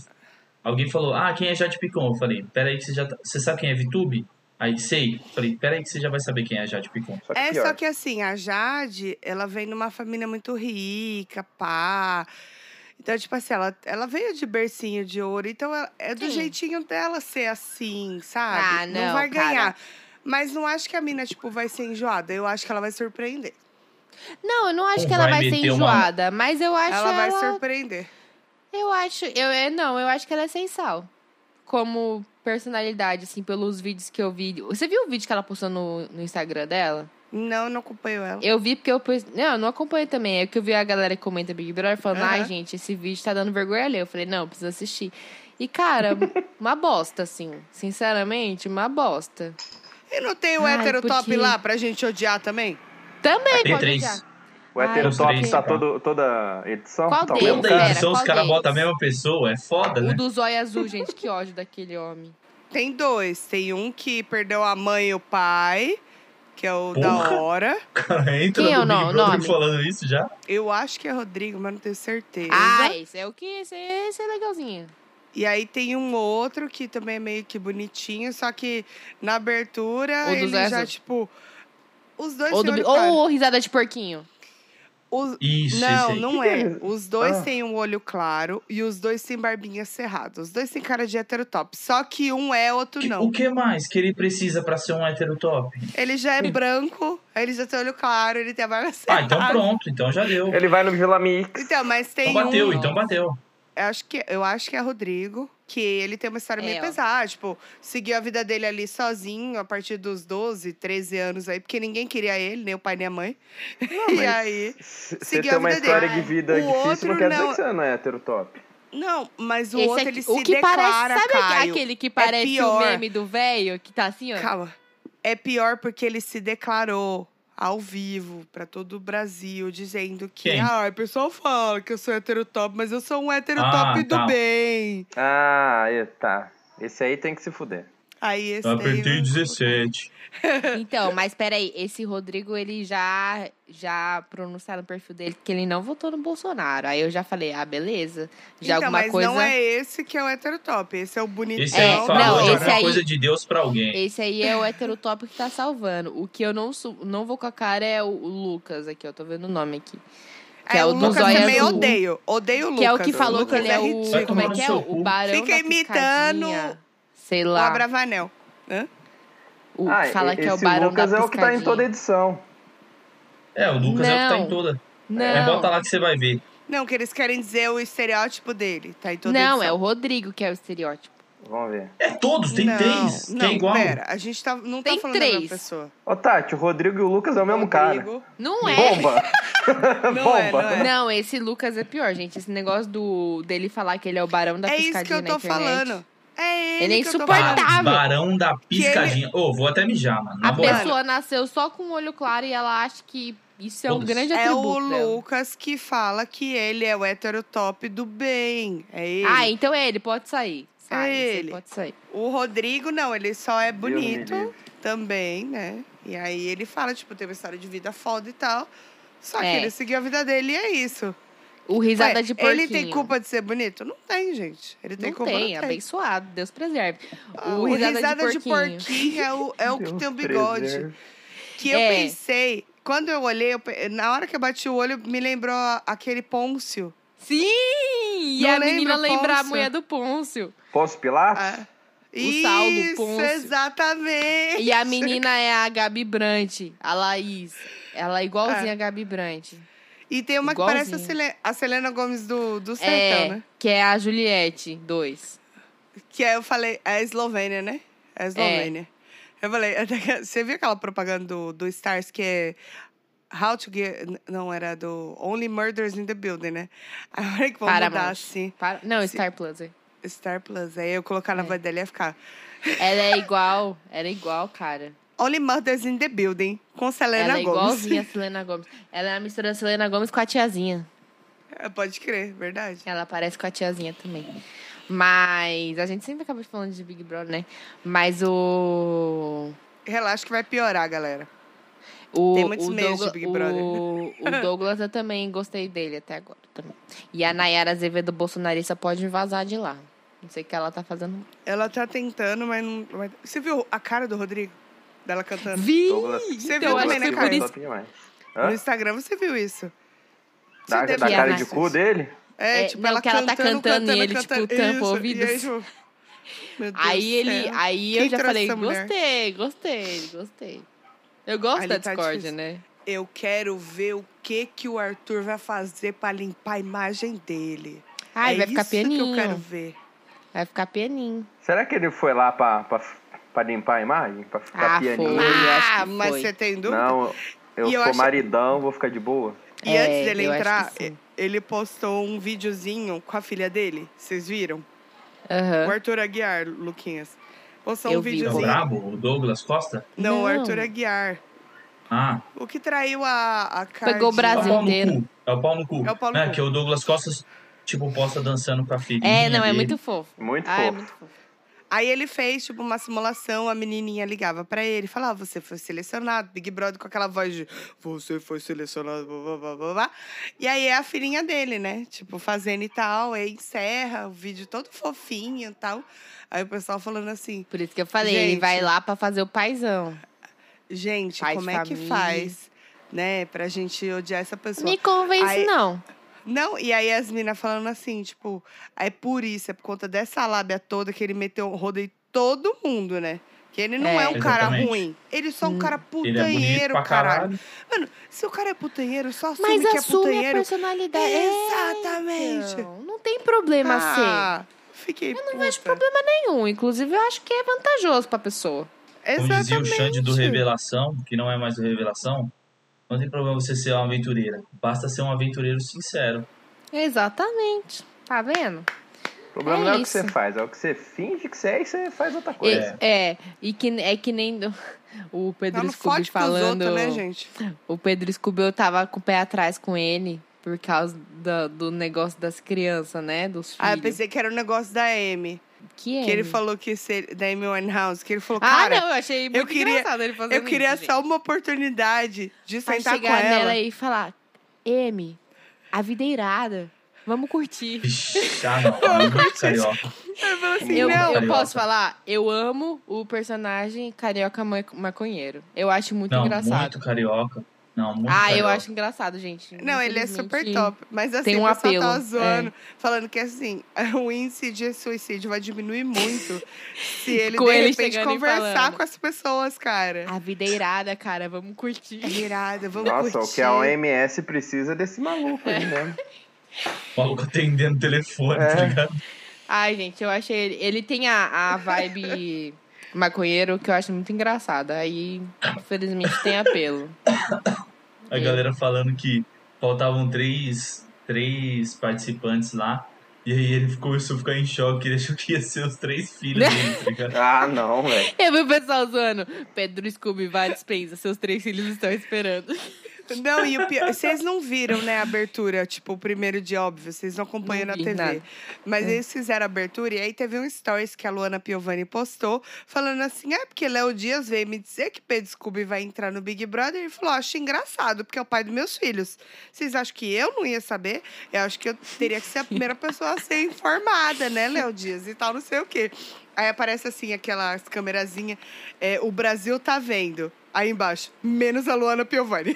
alguém falou, ah, quem é Jade Picon? Eu falei, peraí que você já tá- Você sabe quem é VTube? Aí sei. Falei, peraí que você já vai saber quem é Jade Picon.
Só que
É,
pior.
só que assim, a Jade, ela vem numa família muito rica, pá. Então, tipo assim, ela, ela veio de bercinho de ouro, então ela- é do
Sim.
jeitinho dela ser assim, sabe?
Ah, não,
vai
cara.
ganhar. Mas não acho que a mina, tipo, vai ser enjoada. Eu acho que ela vai surpreender.
Não, eu não acho
Não
que ela
vai
vai ser
meter uma-
enjoada, mas eu acho
ela vai
ela-
surpreender.
Eu acho, eu é não, eu acho que ela é sem sal. Como personalidade, assim, pelos vídeos que eu vi. Você viu o vídeo que ela postou no, no Instagram dela?
Não, eu não acompanho ela.
Eu vi porque eu. pus- Não, eu não acompanhei também. É que eu vi a galera que comenta Big Brother falando,
Aham.
ai, gente, esse vídeo tá dando vergonha ali. Eu falei, não, preciso assistir. E, cara, uma bosta, assim. Sinceramente, uma bosta.
E não tem o
Ai,
hétero top
porque-
lá pra gente odiar também?
Também, pode
P3.
odiar.
O
Ai,
hétero
os
top
três,
tá
tá.
todo, toda edição?
Qual
tá o
deles?
mesmo
Toda
Pera,
cara?
edição os
qual
caras
deles?
botam a mesma pessoa. É foda,
O
né?
do zóio azul, gente, que ódio daquele homem.
Tem dois. Tem um que perdeu a mãe e o pai, que é o da
Porra.
hora.
Cara, entra
Quem é
no
o
Big
nome?
Brother
Nome?
falando isso já.
Eu acho que é Rodrigo, mas não tenho certeza.
Ah, esse é o que? Esse, esse é legalzinho.
E aí tem um outro que também é meio que bonitinho, só que na abertura
O do
ele
Zé
já,
Azul.
tipo. Os dois
Ou,
têm
do,
olho claro.
ou risada de porquinho.
Os-
Isso, isso
Não,
aí.
não
Que que
é.
é isso?
Os dois
Ah.
têm um olho claro e os dois têm barbinha cerrada. Os dois têm cara de hétero top. Só que um é, outro
Que-
não.
O que mais que ele precisa pra ser um hétero top?
Ele já é branco, ele já tem olho claro, ele tem a barba
Ah,
cerrada.
então pronto. Então já deu.
Ele vai no Vila Mix.
Então, mas tem
Então bateu,
um.
então bateu.
Eu acho que, eu acho que é Rodrigo, que ele tem uma história meio
É, ó.
pesada. Tipo, seguiu a vida dele ali sozinho a partir dos 12, 13 anos aí, porque ninguém queria ele, nem o pai nem a mãe. e
mas-
aí.
Você
Seguiu
tem
a
uma
vida
história
dele.
de vida
O
difícil,
outro
não quer dizer
não-
que você não é hétero top.
Não, mas o
Esse
outro,
aqui-
ele se
o que
declara,
parece, sabe
Caio. É
aquele que parece o
pior.
meme do velho que tá assim, ó?
Calma. É pior porque ele se declarou ao vivo pra todo o Brasil, dizendo que,
Quem?
ah, o pessoal fala que eu sou hétero top, mas eu sou um hétero
Ah,
top
tá.
do bem.
Ah, é, tá. Esse aí tem que se fuder.
Aí esse
Então
um-
Eu
daí
apertei
não-
17.
Então, mas peraí, esse Rodrigo, ele já, já pronunciaram no perfil dele que ele não votou no Bolsonaro. Aí eu já falei, ah, beleza. Já
então,
alguma
mas
coisa.
não é esse que é o hétero top, esse é o bonitão.
Esse né? aí
não,
falou de
esse é
alguma
aí-
coisa de Deus pra alguém.
Esse aí é o heterotópico que tá salvando. O que eu não, su- não vou com a cara é o, o Lucas aqui, ó. Tô vendo o nome aqui. que é o
o
do
Lucas
zóio
também
azul.
odeio, odeio o Lucas.
que é o que falou
Lucas
que ele é,
ridículo.
o. Como é que é?
Vai tomar no seu
O barão.
Fica
da
imitando
piscadinha. Sei
O
lá.
Abravanel.
O,
ah,
fala
e-
que é o
esse
barão
Lucas
da
é o que tá em
piscadinha.
toda edição.
É, o Lucas é o que tá
Não.
em toda.
Não.
É, bota lá que você vai ver.
Não, que eles querem dizer o estereótipo dele. Tá em toda
não,
edição.
é o Rodrigo que é o estereótipo.
Vamos ver.
É todos, tem
não,
três.
Não,
que é igual.
pera. A gente tá, não
Tem
tá falando da mesma
três.
pessoa.
Ô, Tati, o Rodrigo e o Lucas é o mesmo cara.
Rodrigo.
Não é.
Bomba!
Não é,
Bomba!
não é.
Não, esse Lucas é pior, gente. Esse negócio do dele falar que ele é o barão da
É
piscadinha
isso que eu
na
tô
internet.
falando. É ele
Ele é
que eu tô
insuportável.
falando.
Ba-
Insuportável.
Barão da piscadinha. Ô, vou até mijar, mano. Na
A
moral.
pessoa nasceu só com o olho claro e ela acha que isso é um
Todos.
grande
É o
atributo. né? dela.
Lucas que fala que ele é o hétero top do bem. É ele.
Ah, então é ele, pode sair. Sai,
É
esse aí
ele.
Pode sair.
O Rodrigo, não, ele só é
Deus me
bonito
livre.
também, né? E aí ele fala, tipo, teve uma história de vida foda e tal. Só que
É.
ele seguiu a vida dele e é isso.
O risada
Ué,
de porquinho.
ele tem culpa de ser bonito? Não tem, gente. Ele tem
Não
culpa
tem,
não tem.
abençoado, Deus preserve.
Ah,
o risada, de porquinho.
é o, é o que
Deus
tem o bigode.
preserve.
Que eu
É.
pensei, quando eu olhei, eu pe- na hora que eu bati o olho, me lembrou a- aquele Pôncio.
Sim! E
Não
a
lembra
menina
o
lembra a
Pôncio?
mulher do Pôncio.
Posso pilar?
Ah,
O Saulo
Isso,
Pôncio.
exatamente.
E a menina é a Gabi Brant, a Laís. Ela é igualzinha
É.
a Gabi Brant.
E tem uma que parece a
Igualzinho.
Selena, a Selena Gomes do, do Sertão,
É,
né?
que é a Juliette 2.
Que aí eu falei, é a Eslovênia, né? É a Eslovênia.
É.
Eu falei, você viu aquela propaganda do, do Stars que é. How to get. Não, era do Only Murders in the Building, né? Agora que vão mudar
Paramount.
assim.
Para- Não,
Sim.
Star Plus. é.
Star Plus. Aí eu colocar na
É.
voz dela e ia ficar.
Ela é igual, ela é igual, cara.
Only Murders in the Building, com Selena
ela é
Gomes.
igualzinha a Selena Gomes. Ela é a mistura da Selena Gomes com a tiazinha.
É, Pode crer, verdade.
Ela parece com a tiazinha também. Mas a gente sempre acaba falando de Big Brother, né? Mas o.
Relaxa que vai piorar, galera.
o
Tem muitos
o
meses de Big Brother.
O, o Douglas eu também gostei dele até agora. Também. E a Nayara Azevedo bolsonarista pode vazar de lá. Não sei o que ela tá fazendo.
Ela tá tentando, mas não. mas- Você viu a cara do Rodrigo? Dela cantando?
Vi!
Douglas-
Você
Então,
viu
acho
também,
que
né,
por
Caio?
isso-
Top demais.
No
Hã?
Instagram você viu isso.
Da,
Você deve
da
ver,
tá cara
né?
de cu dele?
É,
É,
tipo,
não,
ela
que ela
cantando,
tá cantando e ele,
cantando,
tipo, tampa
isso.
ouvidos.
E aí, tipo, meu Deus
Aí
do
ele.
céu.
Aí
Quem
eu já
trouxe
falei,
essa mulher?
gostei, gostei, gostei. Eu gosto
Ali
da
tá
discórdia,
difícil.
né?
Eu quero ver o que, que o Arthur vai fazer pra limpar a imagem dele.
Ai,
é
vai ficar
isso que eu
pianinho.
quero ver.
Vai ficar pianinho.
Será que ele foi lá pra, pra, pra limpar a imagem? Pra ficar
Ah, foi.
pianinho?
Eu acho
Ah,
que
mas
foi.
você tem dúvida?
Não, eu
E eu
sou
acho-
maridão, vou ficar de boa.
E
É,
antes dele
eu acho
entrar,
que sim.
ele postou um videozinho com a filha dele. Vocês viram?
Aham.
O Arthur Aguiar, Luquinhas. Postou
Eu
um
vi.
É o
videozinho.
brabo, o Douglas Costa?
Não, o
Não.
Arthur Aguiar.
Ah,
O que traiu a, a Cardi.
Pegou o
é o
Brasil.
pau no
Brasileiro.
cu. É o pau no cu.
É o pau no
Né,
cu.
Que o Douglas Costa, tipo, posta dançando com a filhinha
É, não, é
dele.
muito fofo.
Muito
Ah, é
fofo.
muito fofo.
Aí ele fez, tipo, uma simulação, a menininha ligava pra ele, falava, "Ah, você foi selecionado, Big Brother com aquela voz de, você foi selecionado, blá, blá, blá, blá, blá. E aí é a filhinha dele, né, tipo, fazendo e tal, aí encerra o vídeo todo fofinho e tal. Aí o pessoal falando assim,
Por isso que eu falei, ele
Gente.
vai lá pra fazer o paizão.
gente,
Pai de
como é que
família.
faz, né, pra gente odiar essa pessoa?
Me convence,
Aí-
não.
Não, e aí as minas falando assim, tipo, é por isso, é por conta dessa lábia toda que ele meteu, rodei todo mundo, né? Que ele não é,
É.
um cara
Exatamente.
ruim. Ele só é um cara
Ele é bonito
putanheiro,
pra
caralho.
caralho.
Mano, se o cara é putanheiro, só assume
Mas
que é
assume a
putanheiro.
personalidade. É.
Exatamente.
Então, não tem problema
ah, fiquei Eu
ser. assim, Não vejo problema nenhum. Inclusive, eu acho que é vantajoso pra pessoa.
Como dizia o Xande do
Exatamente.
Revelação, que não é mais do Revelação, não tem problema você ser um uma aventureira. Basta ser um aventureiro sincero.
Exatamente. Tá vendo?
problema
É
não é o que
isso.
você faz, é o que você finge que você é e você faz outra coisa.
É.
É, é, e que, é que nem o
Ela
Pedro
não
Scooby
fode pros
falando.
outros, né, gente?
O Pedro Scooby, eu tava com o pé atrás com ele por causa da- do, negócio das crianças, né? Dos filhos.
Ah, eu pensei que era o negócio da Amy.
que,
Que ele
M?
falou que se ele- da Amy Winehouse, que ele falou,
Ah,
cara,
não, eu achei muito
queria-
engraçado ele fazendo
eu queria
isso, gente.
só uma oportunidade de
Pra
sentar com
chegar
ela.
nela e falar: M, a vida é irada. Vamos curtir.
Vixe, ah, não. Muito carioca.
Eu falo assim,
Eu,
não,
eu
Carioca.
posso falar, eu amo o personagem carioca ma- maconheiro. Eu acho muito
não,
engraçado.
muito carioca. Não, muito
ah, eu
carioca.
acho engraçado, gente.
Não, ele é super
Infelizmente,
top. Mas assim,
tem um
o pessoal tava
apelo,
zoando, falando que assim, o índice de suicídio vai diminuir muito se ele,
Com
de
ele
repente,
chegando e
conversar
falando.
com as pessoas, cara.
A vida é irada, cara. Vamos curtir.
É irada, vamos
Nossa,
curtir.
o que é um a OMS precisa é desse maluco aí, né?
O maluco atendendo o telefone,
É.
tá ligado?
Ai, gente, eu achei ele. Ele tem a, a vibe maconheiro que eu acho muito engraçada. Aí, infelizmente, tem apelo.
A galera falando que faltavam três, três participantes lá. E aí ele ficou- começou a ficar em choque, ele achou que ia ser os três filhos dele, tá ligado?
Ah, não, velho.
Eu vi o pessoal zoando. Pedro Scooby vai à dispensa. Seus três filhos estão esperando.
Não, e o pior, vocês não viram, né, a abertura, tipo, o primeiro de óbvio, vocês não acompanham na
Não vi
TV.
nada. É.
Mas eles fizeram a abertura e aí teve um stories que a Luana Piovani postou, falando assim: "Ah, porque Léo Dias veio me dizer que Pedro Scooby vai entrar no Big Brother". E falou: "Acho engraçado, porque é o pai dos meus filhos. Vocês acham que eu não ia saber? Eu acho que eu teria que ser a primeira pessoa a ser informada, né, Léo Dias e tal, não sei o quê". Aí aparece assim aquelas câmerazinha, é, o Brasil tá vendo. Aí embaixo, menos a Luana Piovani.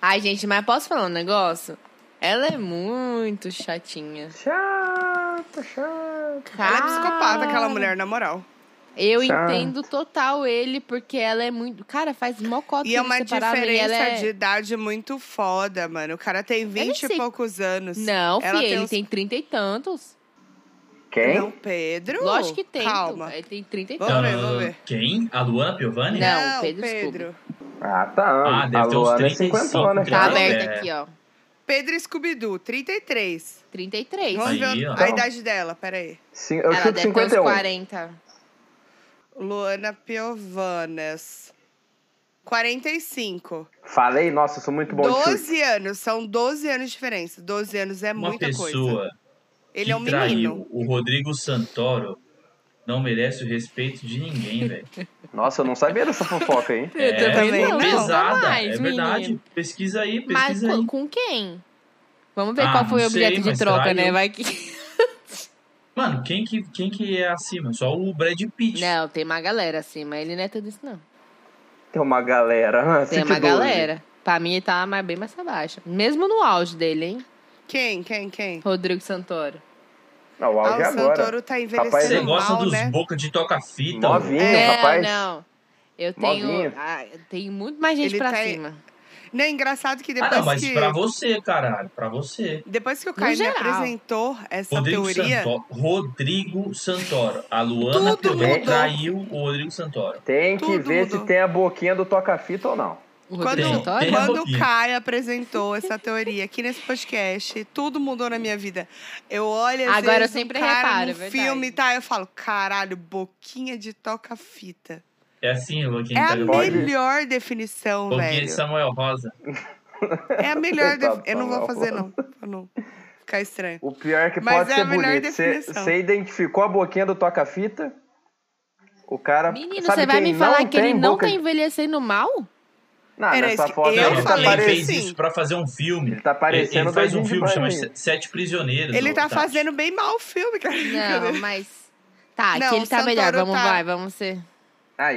Ai, gente, mas posso falar um negócio? Ela é muito chatinha.
Chato, chato.
Ela é
Cara,
psicopata, aquela mulher, na moral.
Eu
Tá.
Chata.
entendo total ele, porque ela é muito. Cara, faz mocota
E é uma
separado, e
diferença
ela é...
de idade muito foda, mano. O cara tem
nem
20 e
sei.
poucos anos.
Não,
Ela
filho,
tem
ele
uns-
tem trinta e tantos.
Quem?
Não, Pedro?
Lógico que tem.
Uh, Calma.
Ele tem trinta e
Vamos
Não,
ver,
não,
vamos
não.
ver.
Quem? A Luana Piovani?
Não, Pedro,
Ah, tá.
Ah,
a
deve ter uns
Luana é
35,
50
por
Tá
Ela aí.
né?
aberto
é-
aqui, ó.
Pedro Scooby-Doo, 33.
33.
Vamos
Aí,
ver
ó.
a idade dela, peraí.
Sim, eu
ela
chuto
deve ter
51.
uns 40.
Luana Piovanas. 45.
Falei, nossa, eu sou muito bom de chute.
12 anos, são 12 anos de diferença. 12 anos é
Uma
muita
pessoa
coisa. Ele
que
é um
traiu
menino.
o Rodrigo Santoro não merece o respeito de ninguém, velho.
Nossa, eu não sabia dessa fofoca, hein?
Eu também
é
não,
pesada,
jamais,
é verdade.
menino.
Pesquisa aí,
Mas
pesquisa
com,
aí.
com quem? Vamos ver
Ah,
qual foi o
não sei,
objeto de
mas
troca,
traiu.
né? Vai que.
Mano, quem que, quem que é acima? Só o Brad Pitt.
Não, tem uma galera assim, mas ele não é tudo isso, não.
Tem uma galera.
Tem
City
é
uma
12.
galera. Pra mim, ele tá mais, bem mais abaixo. Mesmo no auge dele, hein?
Quem, quem, quem?
Rodrigo Santoro.
Ah, o
Ah,
auge é
o
agora.
Santoro tá
Rapaz,
Você
envelhecendo
gosta
mal,
dos
né?
boca de toca-fita.
Mó
velho.
vinho,
não,
rapaz.
É, não. Eu
Novinho.
tenho, ah, eu tenho muito mais gente
Ele
pra
tá-
cima.
Não, é engraçado que depois
Ah, não, mas
que...
pra você, caralho. Pra você.
Depois que o
No
Caio me
geral.
apresentou essa
Rodrigo
teoria,
Santoro. Rodrigo Santoro. A Luana
Tudo
Piovani
mudou.
traiu o Rodrigo Santoro.
Tem que
Tudo
ver
mudou.
se tem a boquinha do toca-fita ou não.
O
quando,
Rodrigo
Tem, um
Santoro?
tem a
quando o
boquinha.
Caio apresentou essa teoria aqui nesse podcast, tudo mudou na minha vida. Eu olho às
Agora eu
vezes, um
sempre
cara
reparo, é
no
verdade.
filme, tá? Eu falo, caralho, boquinha de toca-fita.
É assim, Luquinha.
É a
Pode-
melhor definição,
Boquinha de tá
velho.
Samuel Rosa.
É a melhor
Coitado
definição. Eu não vou
do
fazer,
Samuel.
não. Pra não ficar estranho.
O pior é que
Mas
pode
é a
ser
melhor
bonito. Você-
definição.
Você identificou a boquinha do toca-fita? O cara.
Menino,
sabe
você vai
quem
me falar
não
que ele
tem
não
boca
tá
de-
envelhecendo mal?
Não,
Era
nessa
isso que
foto
eu
ele
ele
tá
falei.
também
parecendo.
fez
assim.
isso pra fazer um filme.
Ele tá parecendo
Ele faz um
doidinho
filme que chama
demais,
Se-
hein?
Sete Prisioneiros.
Ele
ô,
tá
Tati.
fazendo bem mal o filme, cara.
Não, mas. Tá,
Não,
que ele tá
o
melhor.
Santoro
Vamos,
tá-
vai, vamos ser.
Aí,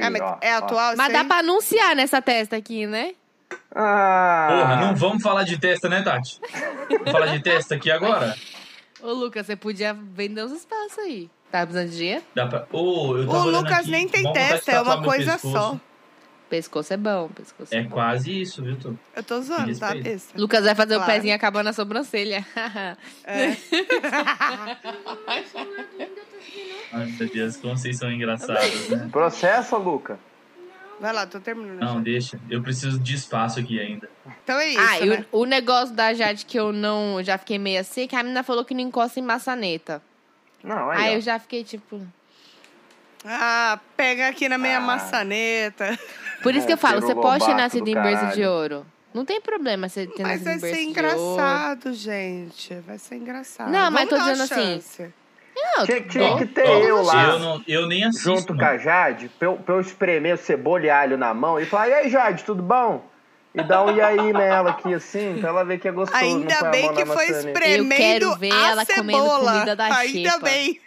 É, mas
ó,
é
ó.
atual,
Ah, Mas
isso
dá
aí?
pra anunciar nessa testa aqui, né?
Ah,
Porra, não vamos falar de testa, né, Tati? Vamos falar de testa aqui agora?
Ô, Lucas, você podia vender uns espaços aí. Tá precisando de dinheiro?
Dá pra... Ô, eu tava
O
olhando
Lucas
aqui,
nem tem
mó vontade de
testa, é
tatuar
uma
meu
coisa
pescoço.
só.
Pescoço é bom, pescoço é
É
bom.
quase isso, viu, tu?
Eu tô zoando, tá?
Respeito.
Besta.
Lucas vai fazer
Claro.
o pezinho acabando na sobrancelha.
É. Ai, meu Deus, como vocês são engraçados, né?
Processa, Luca.
Não,
Vai lá, tô terminando.
Não, deixa. Eu preciso de espaço aqui ainda.
Então é isso,
ah, e o-
né?
o, negócio da Jade que eu não. eu Já fiquei meio assim, que a menina falou que não encosta em maçaneta.
Não,
Aí,
aí.
eu
ó.
já fiquei tipo.
Ah, pega aqui na minha
Ah.
maçaneta.
Por isso que eu falo,
Monteiro
você pode ter
Lobato
nascido
do
em berço de
caralho.
ouro. Não tem problema você ter
Mas
nascido
vai
em berço
ser
de ouro.
engraçado, gente. Vai ser engraçado.
Não, mas
Vamos
tô
dar uma
dizendo assim,
chance.
Não,
Tinha,
bom.
tinha que ter
Ó,
eu lá.
Eu, não, eu nem assisto.
junto com
não.
a Jade, pra eu, pra eu espremer o cebola e alho na mão e falar, e aí, Jade, tudo bom? E dar um e aí nela aqui, assim, pra ela ver que é gostoso. não põe
Ainda
a
bem
mão
que
na
foi
maçaneta.
espremendo
Eu quero ver
a
ela comendo
cebola.
comida da
Ainda
xepa.
bem.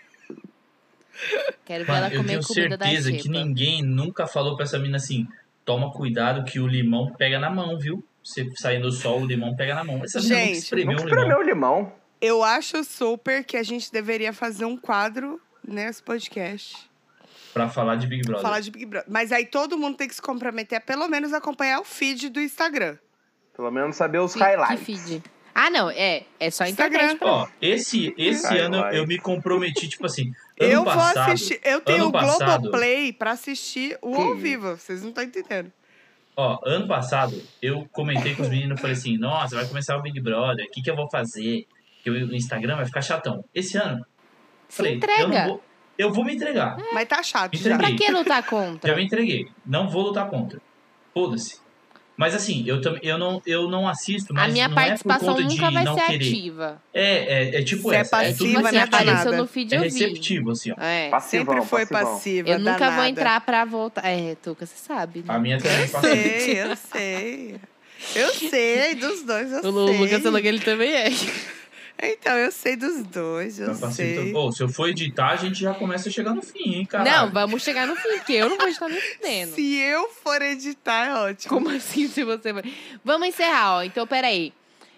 Quero ver
Mano,
ela
eu
comer
tenho
comida da
certeza que
xepa.
ninguém nunca falou pra essa mina assim: toma cuidado que o limão pega na mão, viu? Você sair do sol, o limão pega na mão. Essa mina nunca
Gente,
espremeu
Nunca
um limão.
espremeu limão.
Eu acho super que a gente deveria fazer um quadro nesse podcast.
Pra falar de Big Brother.
Falar de Big Brother. Mas aí todo mundo tem que se comprometer a pelo menos acompanhar o feed do Instagram.
Pelo menos saber os
Que-
highlights.
Que feed? Ah, não, é. É só
Instagram.
internet pra
Ó, esse, esse
Ai,
ano
ai.
eu me compreti, tipo assim, ano
eu
passado.
vou assistir. Eu tenho o
passado-
Globoplay pra assistir o
Que
ao
isso.
vivo. Vocês não estão entendendo.
Ó, ano passado eu comentei com os meninos, falei assim, nossa, vai começar o Big Brother, o que, que eu vou fazer? Que o Instagram vai ficar chatão. Esse ano,
Se
falei, eu não
entrega. Hum.
vou. Eu vou me entregar.
Mas tá chato já.
Entreguei.
Pra que lutar
Já
contra?
me entreguei. Não vou lutar contra. Foda-se. Mas assim, eu, tam- eu, não, eu não assisto,
A
mas
minha
não é por
participação
conta
nunca
de
vai
não
ser
querer.
ativa.
É, é, é tipo
Você é
essa. É, tudo
passiva,
Tipo assim,
né,
receptivo.
apareceu
danada?
no feed
É
eu vi.
receptivo, assim, ó.
É.
Passivão,
Sempre foi
passivão.
passiva.
Eu nunca vou
danada.
entrar pra voltar. É, Tuca, você sabe. né?
A minha também
Eu
passou.
sei, eu sei. Eu sei dos dois, eu
O Lu-
sei.
Lucas falou que ele também é.
Então, eu sei dos dois, eu
Eu passei
sei.
tudo. Ô, se eu for editar, a gente já começa a chegar no fim, hein, cara.
Não, vamos chegar no fim, porque eu não vou estar me fudendo.
Se eu for editar, é ótimo.
Como assim se você vai. Vamos encerrar, ó. Então, peraí.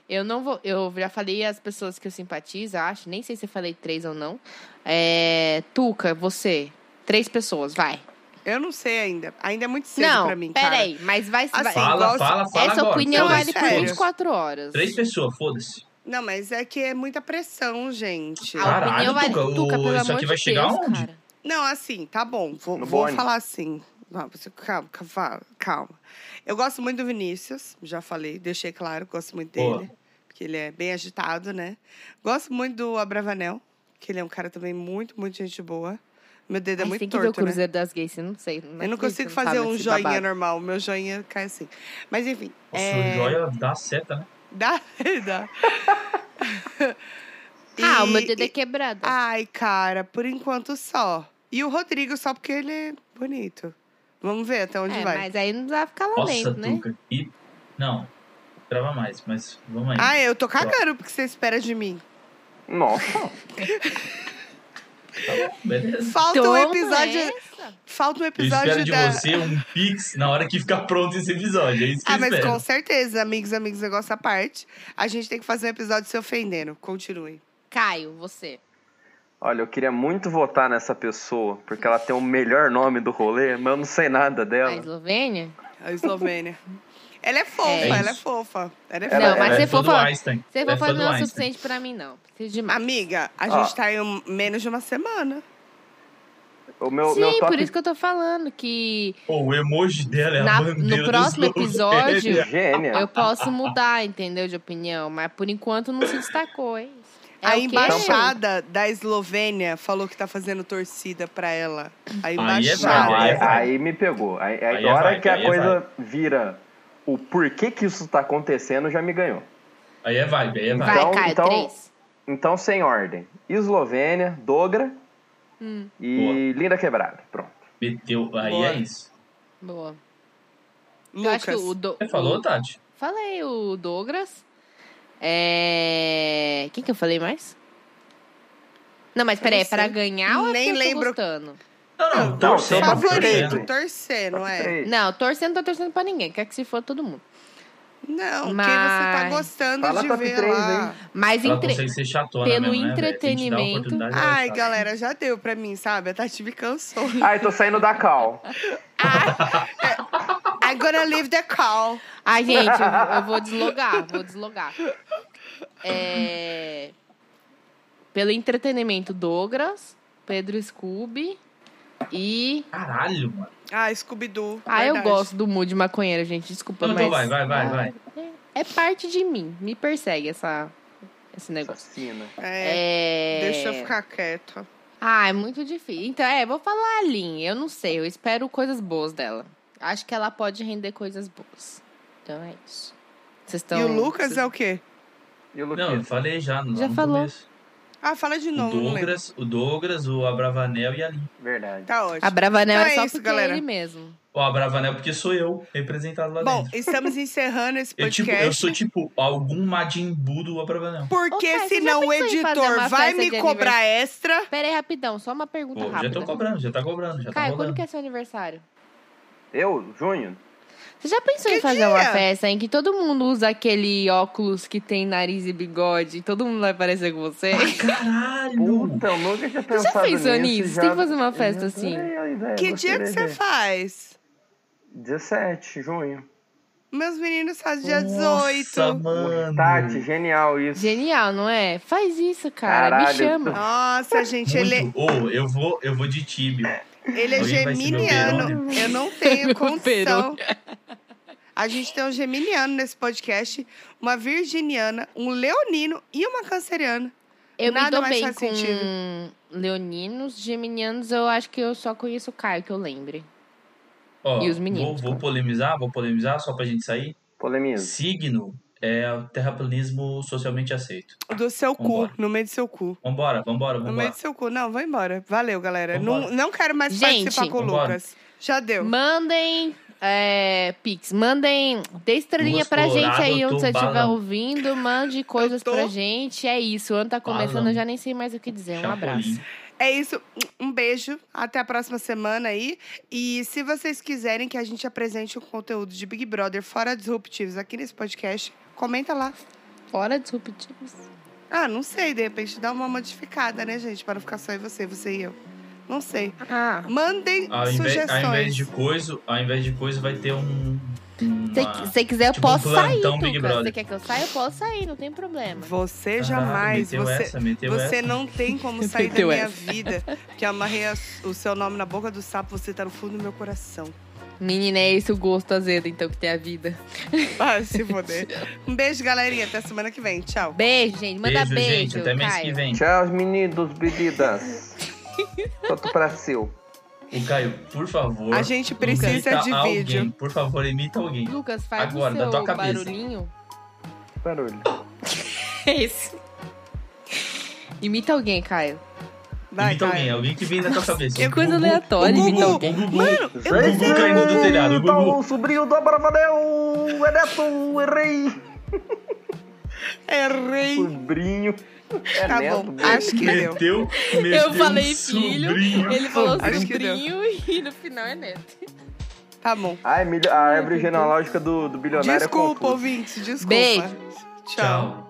Eu não vou. Eu já falei as pessoas que eu simpatizo, acho. Nem sei se eu falei três ou não. É. Tuca, você. Três pessoas, vai.
Eu não sei ainda. Ainda é muito cedo
não,
pra mim, cara.
peraí, mas vai. vai-
Assim,
Fala,
igual-
fala, fala
Essa
agora.
opinião
foda-se,
vale por
foda-se.
sério.
24 horas.
Três pessoas, foda-se.
Não, mas é que é muita pressão, gente.
A
Caralho,
opinião vale
Tuca, o-
Tuca, pelo
isso
amor
aqui
de
vai chegar
Deus,
aonde?
cara.
Não, assim, tá bom. Vou,
No
vou
Boni.
falar assim. Não, você- Calma, calma, calma. Eu gosto muito do Vinícius, já falei, deixei claro, gosto muito dele.
Boa.
Porque ele é bem agitado, né? Gosto muito do Abravanel, que ele é um cara também muito, muito gente boa. Meu dedo é
Ai,
muito
tem que ver o
torto, né?
Cruzeiro das Gays, eu não sei.
Eu não
acredito que
consigo
você não
fazer
sabe
um
desse
joinha
babado.
normal, meu joinha cai assim. Mas enfim.
Nossa,
é,
o joia dá seta, né?
Dá, dá.
Ah, o
E-
meu dedo é
e- Ah,
quebrado.
Ai, cara, por enquanto só. E o Rodrigo só porque ele é bonito. Vamos ver até onde
é,
vai.
mas aí não vai ficar lá
Nossa,
dentro, né?
Tuca. E... Não, trava mais, mas vamos aí.
Ah, eu tô cagando porque você espera de mim.
Nossa.
Tá bom, beleza.
Falta um
Toma
episódio,
é essa.
falta um
Eu
episódio
espero de
da
você um pix na hora que ficar pronto esse episódio. É isso que
Ah,
eu
mas
espero.
com certeza, amigos, amigos, negócio à parte. A gente tem que fazer um episódio se ofendendo. Continue.
Caio, você.
Olha, eu queria muito votar nessa pessoa, porque ela tem o melhor nome do rolê, mas eu não sei nada
A
dela.
Eslovênia?
A Eslovênia. ela é fofa,
É
ela é
isso.
fofa. Ela é fofa.
Ela-
não, Ah, mas
Ela
se
é
for
fã do
falar-
Einstein.
Você
Ela
vai
é fã
falar
do
não é o
Einstein.
suficiente pra mim, não. Preciso de mais.
Amiga, a
Ó.
gente tá em menos de uma semana.
O meu,
Sim,
meu
por
top
isso que eu tô falando que
Pô, o emoji dela é
Na-
a bandeira
no próximo
da Eslovênia.
episódio-
gênia.
eu posso mudar, entendeu? De opinião. Mas por enquanto não se destacou, hein? É
a
o quê?
embaixada da Eslovênia falou que tá fazendo torcida pra ela. A
Não,
brabo,
embaixada.
aí
aí,
é vibe.
aí me pegou. Aí, aí
Aí é
a hora
vibe,
que a
aí é
coisa vira o porquê que isso tá acontecendo, já me ganhou.
Aí é vibe, aí é vibe.
Vai,
Então-
Caio,
então-
três.
Então, sem ordem. Eslovênia, Dogra
Hum.
e Linda Quebrada. Pronto.
Meteu, aí
Boa.
é isso.
Boa. Eu acho que
Lucas,
o do...
Você falou, Tati?
Falei o Douglas. É... Quem que eu falei mais? Não, mas peraí, é
não sei.
pra ganhar ou é
Nem
porque eu tô
lembro.
gostando?
Não, tá
Não,
não, torcendo.
tá
não,
torcendo.
favorito, torcer, não é?
Três.
Não, torcendo, não tô torcendo pra ninguém. Quer que se for todo mundo.
Não,
Mas-
quem você tá gostando
Fala
de
top
ver
três
lá.
aí.
Mas
Ela
entre-
consegue ser chatona
pelo
mesmo, né, velho? Tem que dar
entretenimento.
oportunidade dela,
Ai,
cara.
galera, já deu pra mim, sabe? A Tati me cansou.
Ai, tô saindo da cal.
I'm gonna leave the call.
Ai, gente, eu, eu vou deslogar, vou deslogar. É... Pelo entretenimento, Douglas, Pedro Scooby e
Caralho, mano.
Ah, Scooby-Doo.
Ah, eu
verdade.
gosto do mood maconheiro, gente. Desculpa,
Então,
mas.
então vai, vai,
Ah.
vai, vai.
É parte de mim. Me persegue essa, esse negócio.
Assassina.
É,
É...
Deixa eu ficar quieta.
Ah, é muito difícil. Então, é, vou falar a Lin. Eu não sei, eu espero coisas boas dela. Acho que ela pode render coisas boas. Então é isso. Vocês estão.
e o Lucas é o quê?
E o
Não, eu
Luquinhas?
falei já. lá
Já
no
falou.
começo.
Ah, fala de
O
novo, não lembro.
Douglas, o Douglas, o Abravanel e a Lin.
Verdade.
Tá ótimo.
A Bravanel
Então
é
é
só
isso,
porque
galera.
é ele mesmo.
O Abravanel, porque sou eu, representado lá
Bom,
dentro.
estamos encerrando esse
Eu,
podcast.
tipo, eu sou tipo algum Majin Buu do Abravanel.
Ô,
Porque
Caio, você já
senão o
pensou em fazer
editor
uma
vai
festa
me
de
cobrar extra.
Pera aí, rapidão, só uma pergunta
Pô, já
rápida.
tô cobrando, já tá cobrando, já
Caio,
tá cobrando.
quando que é seu aniversário?
Eu, Junho?
Você já pensou
Que
em fazer uma
dia?
festa em que todo mundo usa aquele óculos que tem nariz e bigode e todo mundo vai parecer com você?
Caralho!
Puta, eu nunca tinha
Você
pensado
já pensou
nisso.
nisso?
já-
Tem que fazer uma festa
Eu
assim.
adorei a
É,
ideia,
que
gostei
dia que
da
você
ideia.
faz?
17, junho.
Meus meninos fazem dia
Nossa,
18.
mano.
Tati, genial isso.
Genial, não é? Faz isso, cara. Me
Caralho,
chama.
Nossa, gente, ele, é,
Muito. Ô, eu vou, eu vou de Tíbio.
ele é
Alguém vai se
geminiano.
né?
Eu não tenho
Meu
condição. A gente tem um geminiano nesse podcast, uma virginiana, um leonino e uma canceriana.
Eu me
Nada
dou
mais
bem
faz
com
sentido.
leoninos, geminianos. Eu acho que eu só conheço o Caio, que eu lembre.
Ó,
E os meninos,
Vou, vou
claro.
polemizar, vou polemizar só pra gente sair.
Polemiza.
Signo é o terraplanismo socialmente aceito.
Do seu
Vambora.
cu, no meio do seu cu.
Vambora, vambora,
No meio
vambora.
do seu cu. Não, vou embora. Valeu, galera. Não,
Vambora.
não quero mais
Gente.
participar com o
Vambora.
Lucas. Já deu.
Mandem é, Pix, mandem. Dê estrelinha
Duas
pra gente
dourada,
aí
eu
onde
tô
você estiver
balão.
ouvindo. Mande coisas
tô-
pra gente. É isso. O ano tá começando,
Balão.
eu já nem sei mais o que dizer. Um abraço.
Chapolin.
É isso. Um beijo. Até a próxima semana aí. E se vocês quiserem que a gente apresente o conteúdo de Big Brother fora disruptivos aqui nesse podcast, comenta lá.
Fora disruptivos.
Ah, não sei. De repente dá uma modificada, né, gente? Para não ficar só eu e você, você e eu. Não sei.
Ah.
Mandem
Ao invés,
sugestões.
ao invés de coisa, ao invés de coisa vai ter um.
Se
Uma...
você quiser, eu
tipo um
posso sair,
plantão Big
Lucas. Você
Brother.
quer que eu saia? Eu posso sair, não tem problema.
Você
Caralho,
jamais.
Ah, meteu
você
essa, meteu
você
essa.
não tem como sair da
Meteu
minha
essa.
vida. Que amarrei a- o seu nome na boca do sapo, você tá no fundo do meu coração.
Menina, é esse o gosto azedo, então, que tem a vida.
Ah, se foder. Um beijo, galerinha. Até semana que vem. Tchau.
Beijo, gente. Manda
beijo,
beijo.
gente. Até mês que
Caio.
vem.
Tchau, meninos, bebidas. Toto pra seu.
O Caio, por favor.
A gente precisa
imita
de
alguém.
vídeo.
Por favor, imita alguém.
Lucas, faz
Agora,
o
da
seu
tua cabeça.
barulhinho.
Barulho.
É isso. Imita alguém, Caio.
Vai,
imita
Caio.
alguém, alguém que vem na tua cabeça. Tipo,
Que
O
coisa
Gugu,
aleatória,
o Gugu,
imita
o
alguém.
Gugu.
Mano, eu
Gugu
pensei-
caindo do telhado, Gugu.
o sobrinho do Abravanel. É neto, errei.
errei.
Sobrinho. É
Tá
neto,
bom,
boi.
acho que deu.
Meteu, meteu
Eu falei
um
filho,
sobrinho.
ele falou
Acho que deu.
sobrinho e no final é neto.
Tá bom.
Ah, Ai, milho- a árvore genealógica do, do bilionário é
Desculpa,
confusa.
ouvinte, desculpa.
Beijo.
Tchau.
Tchau.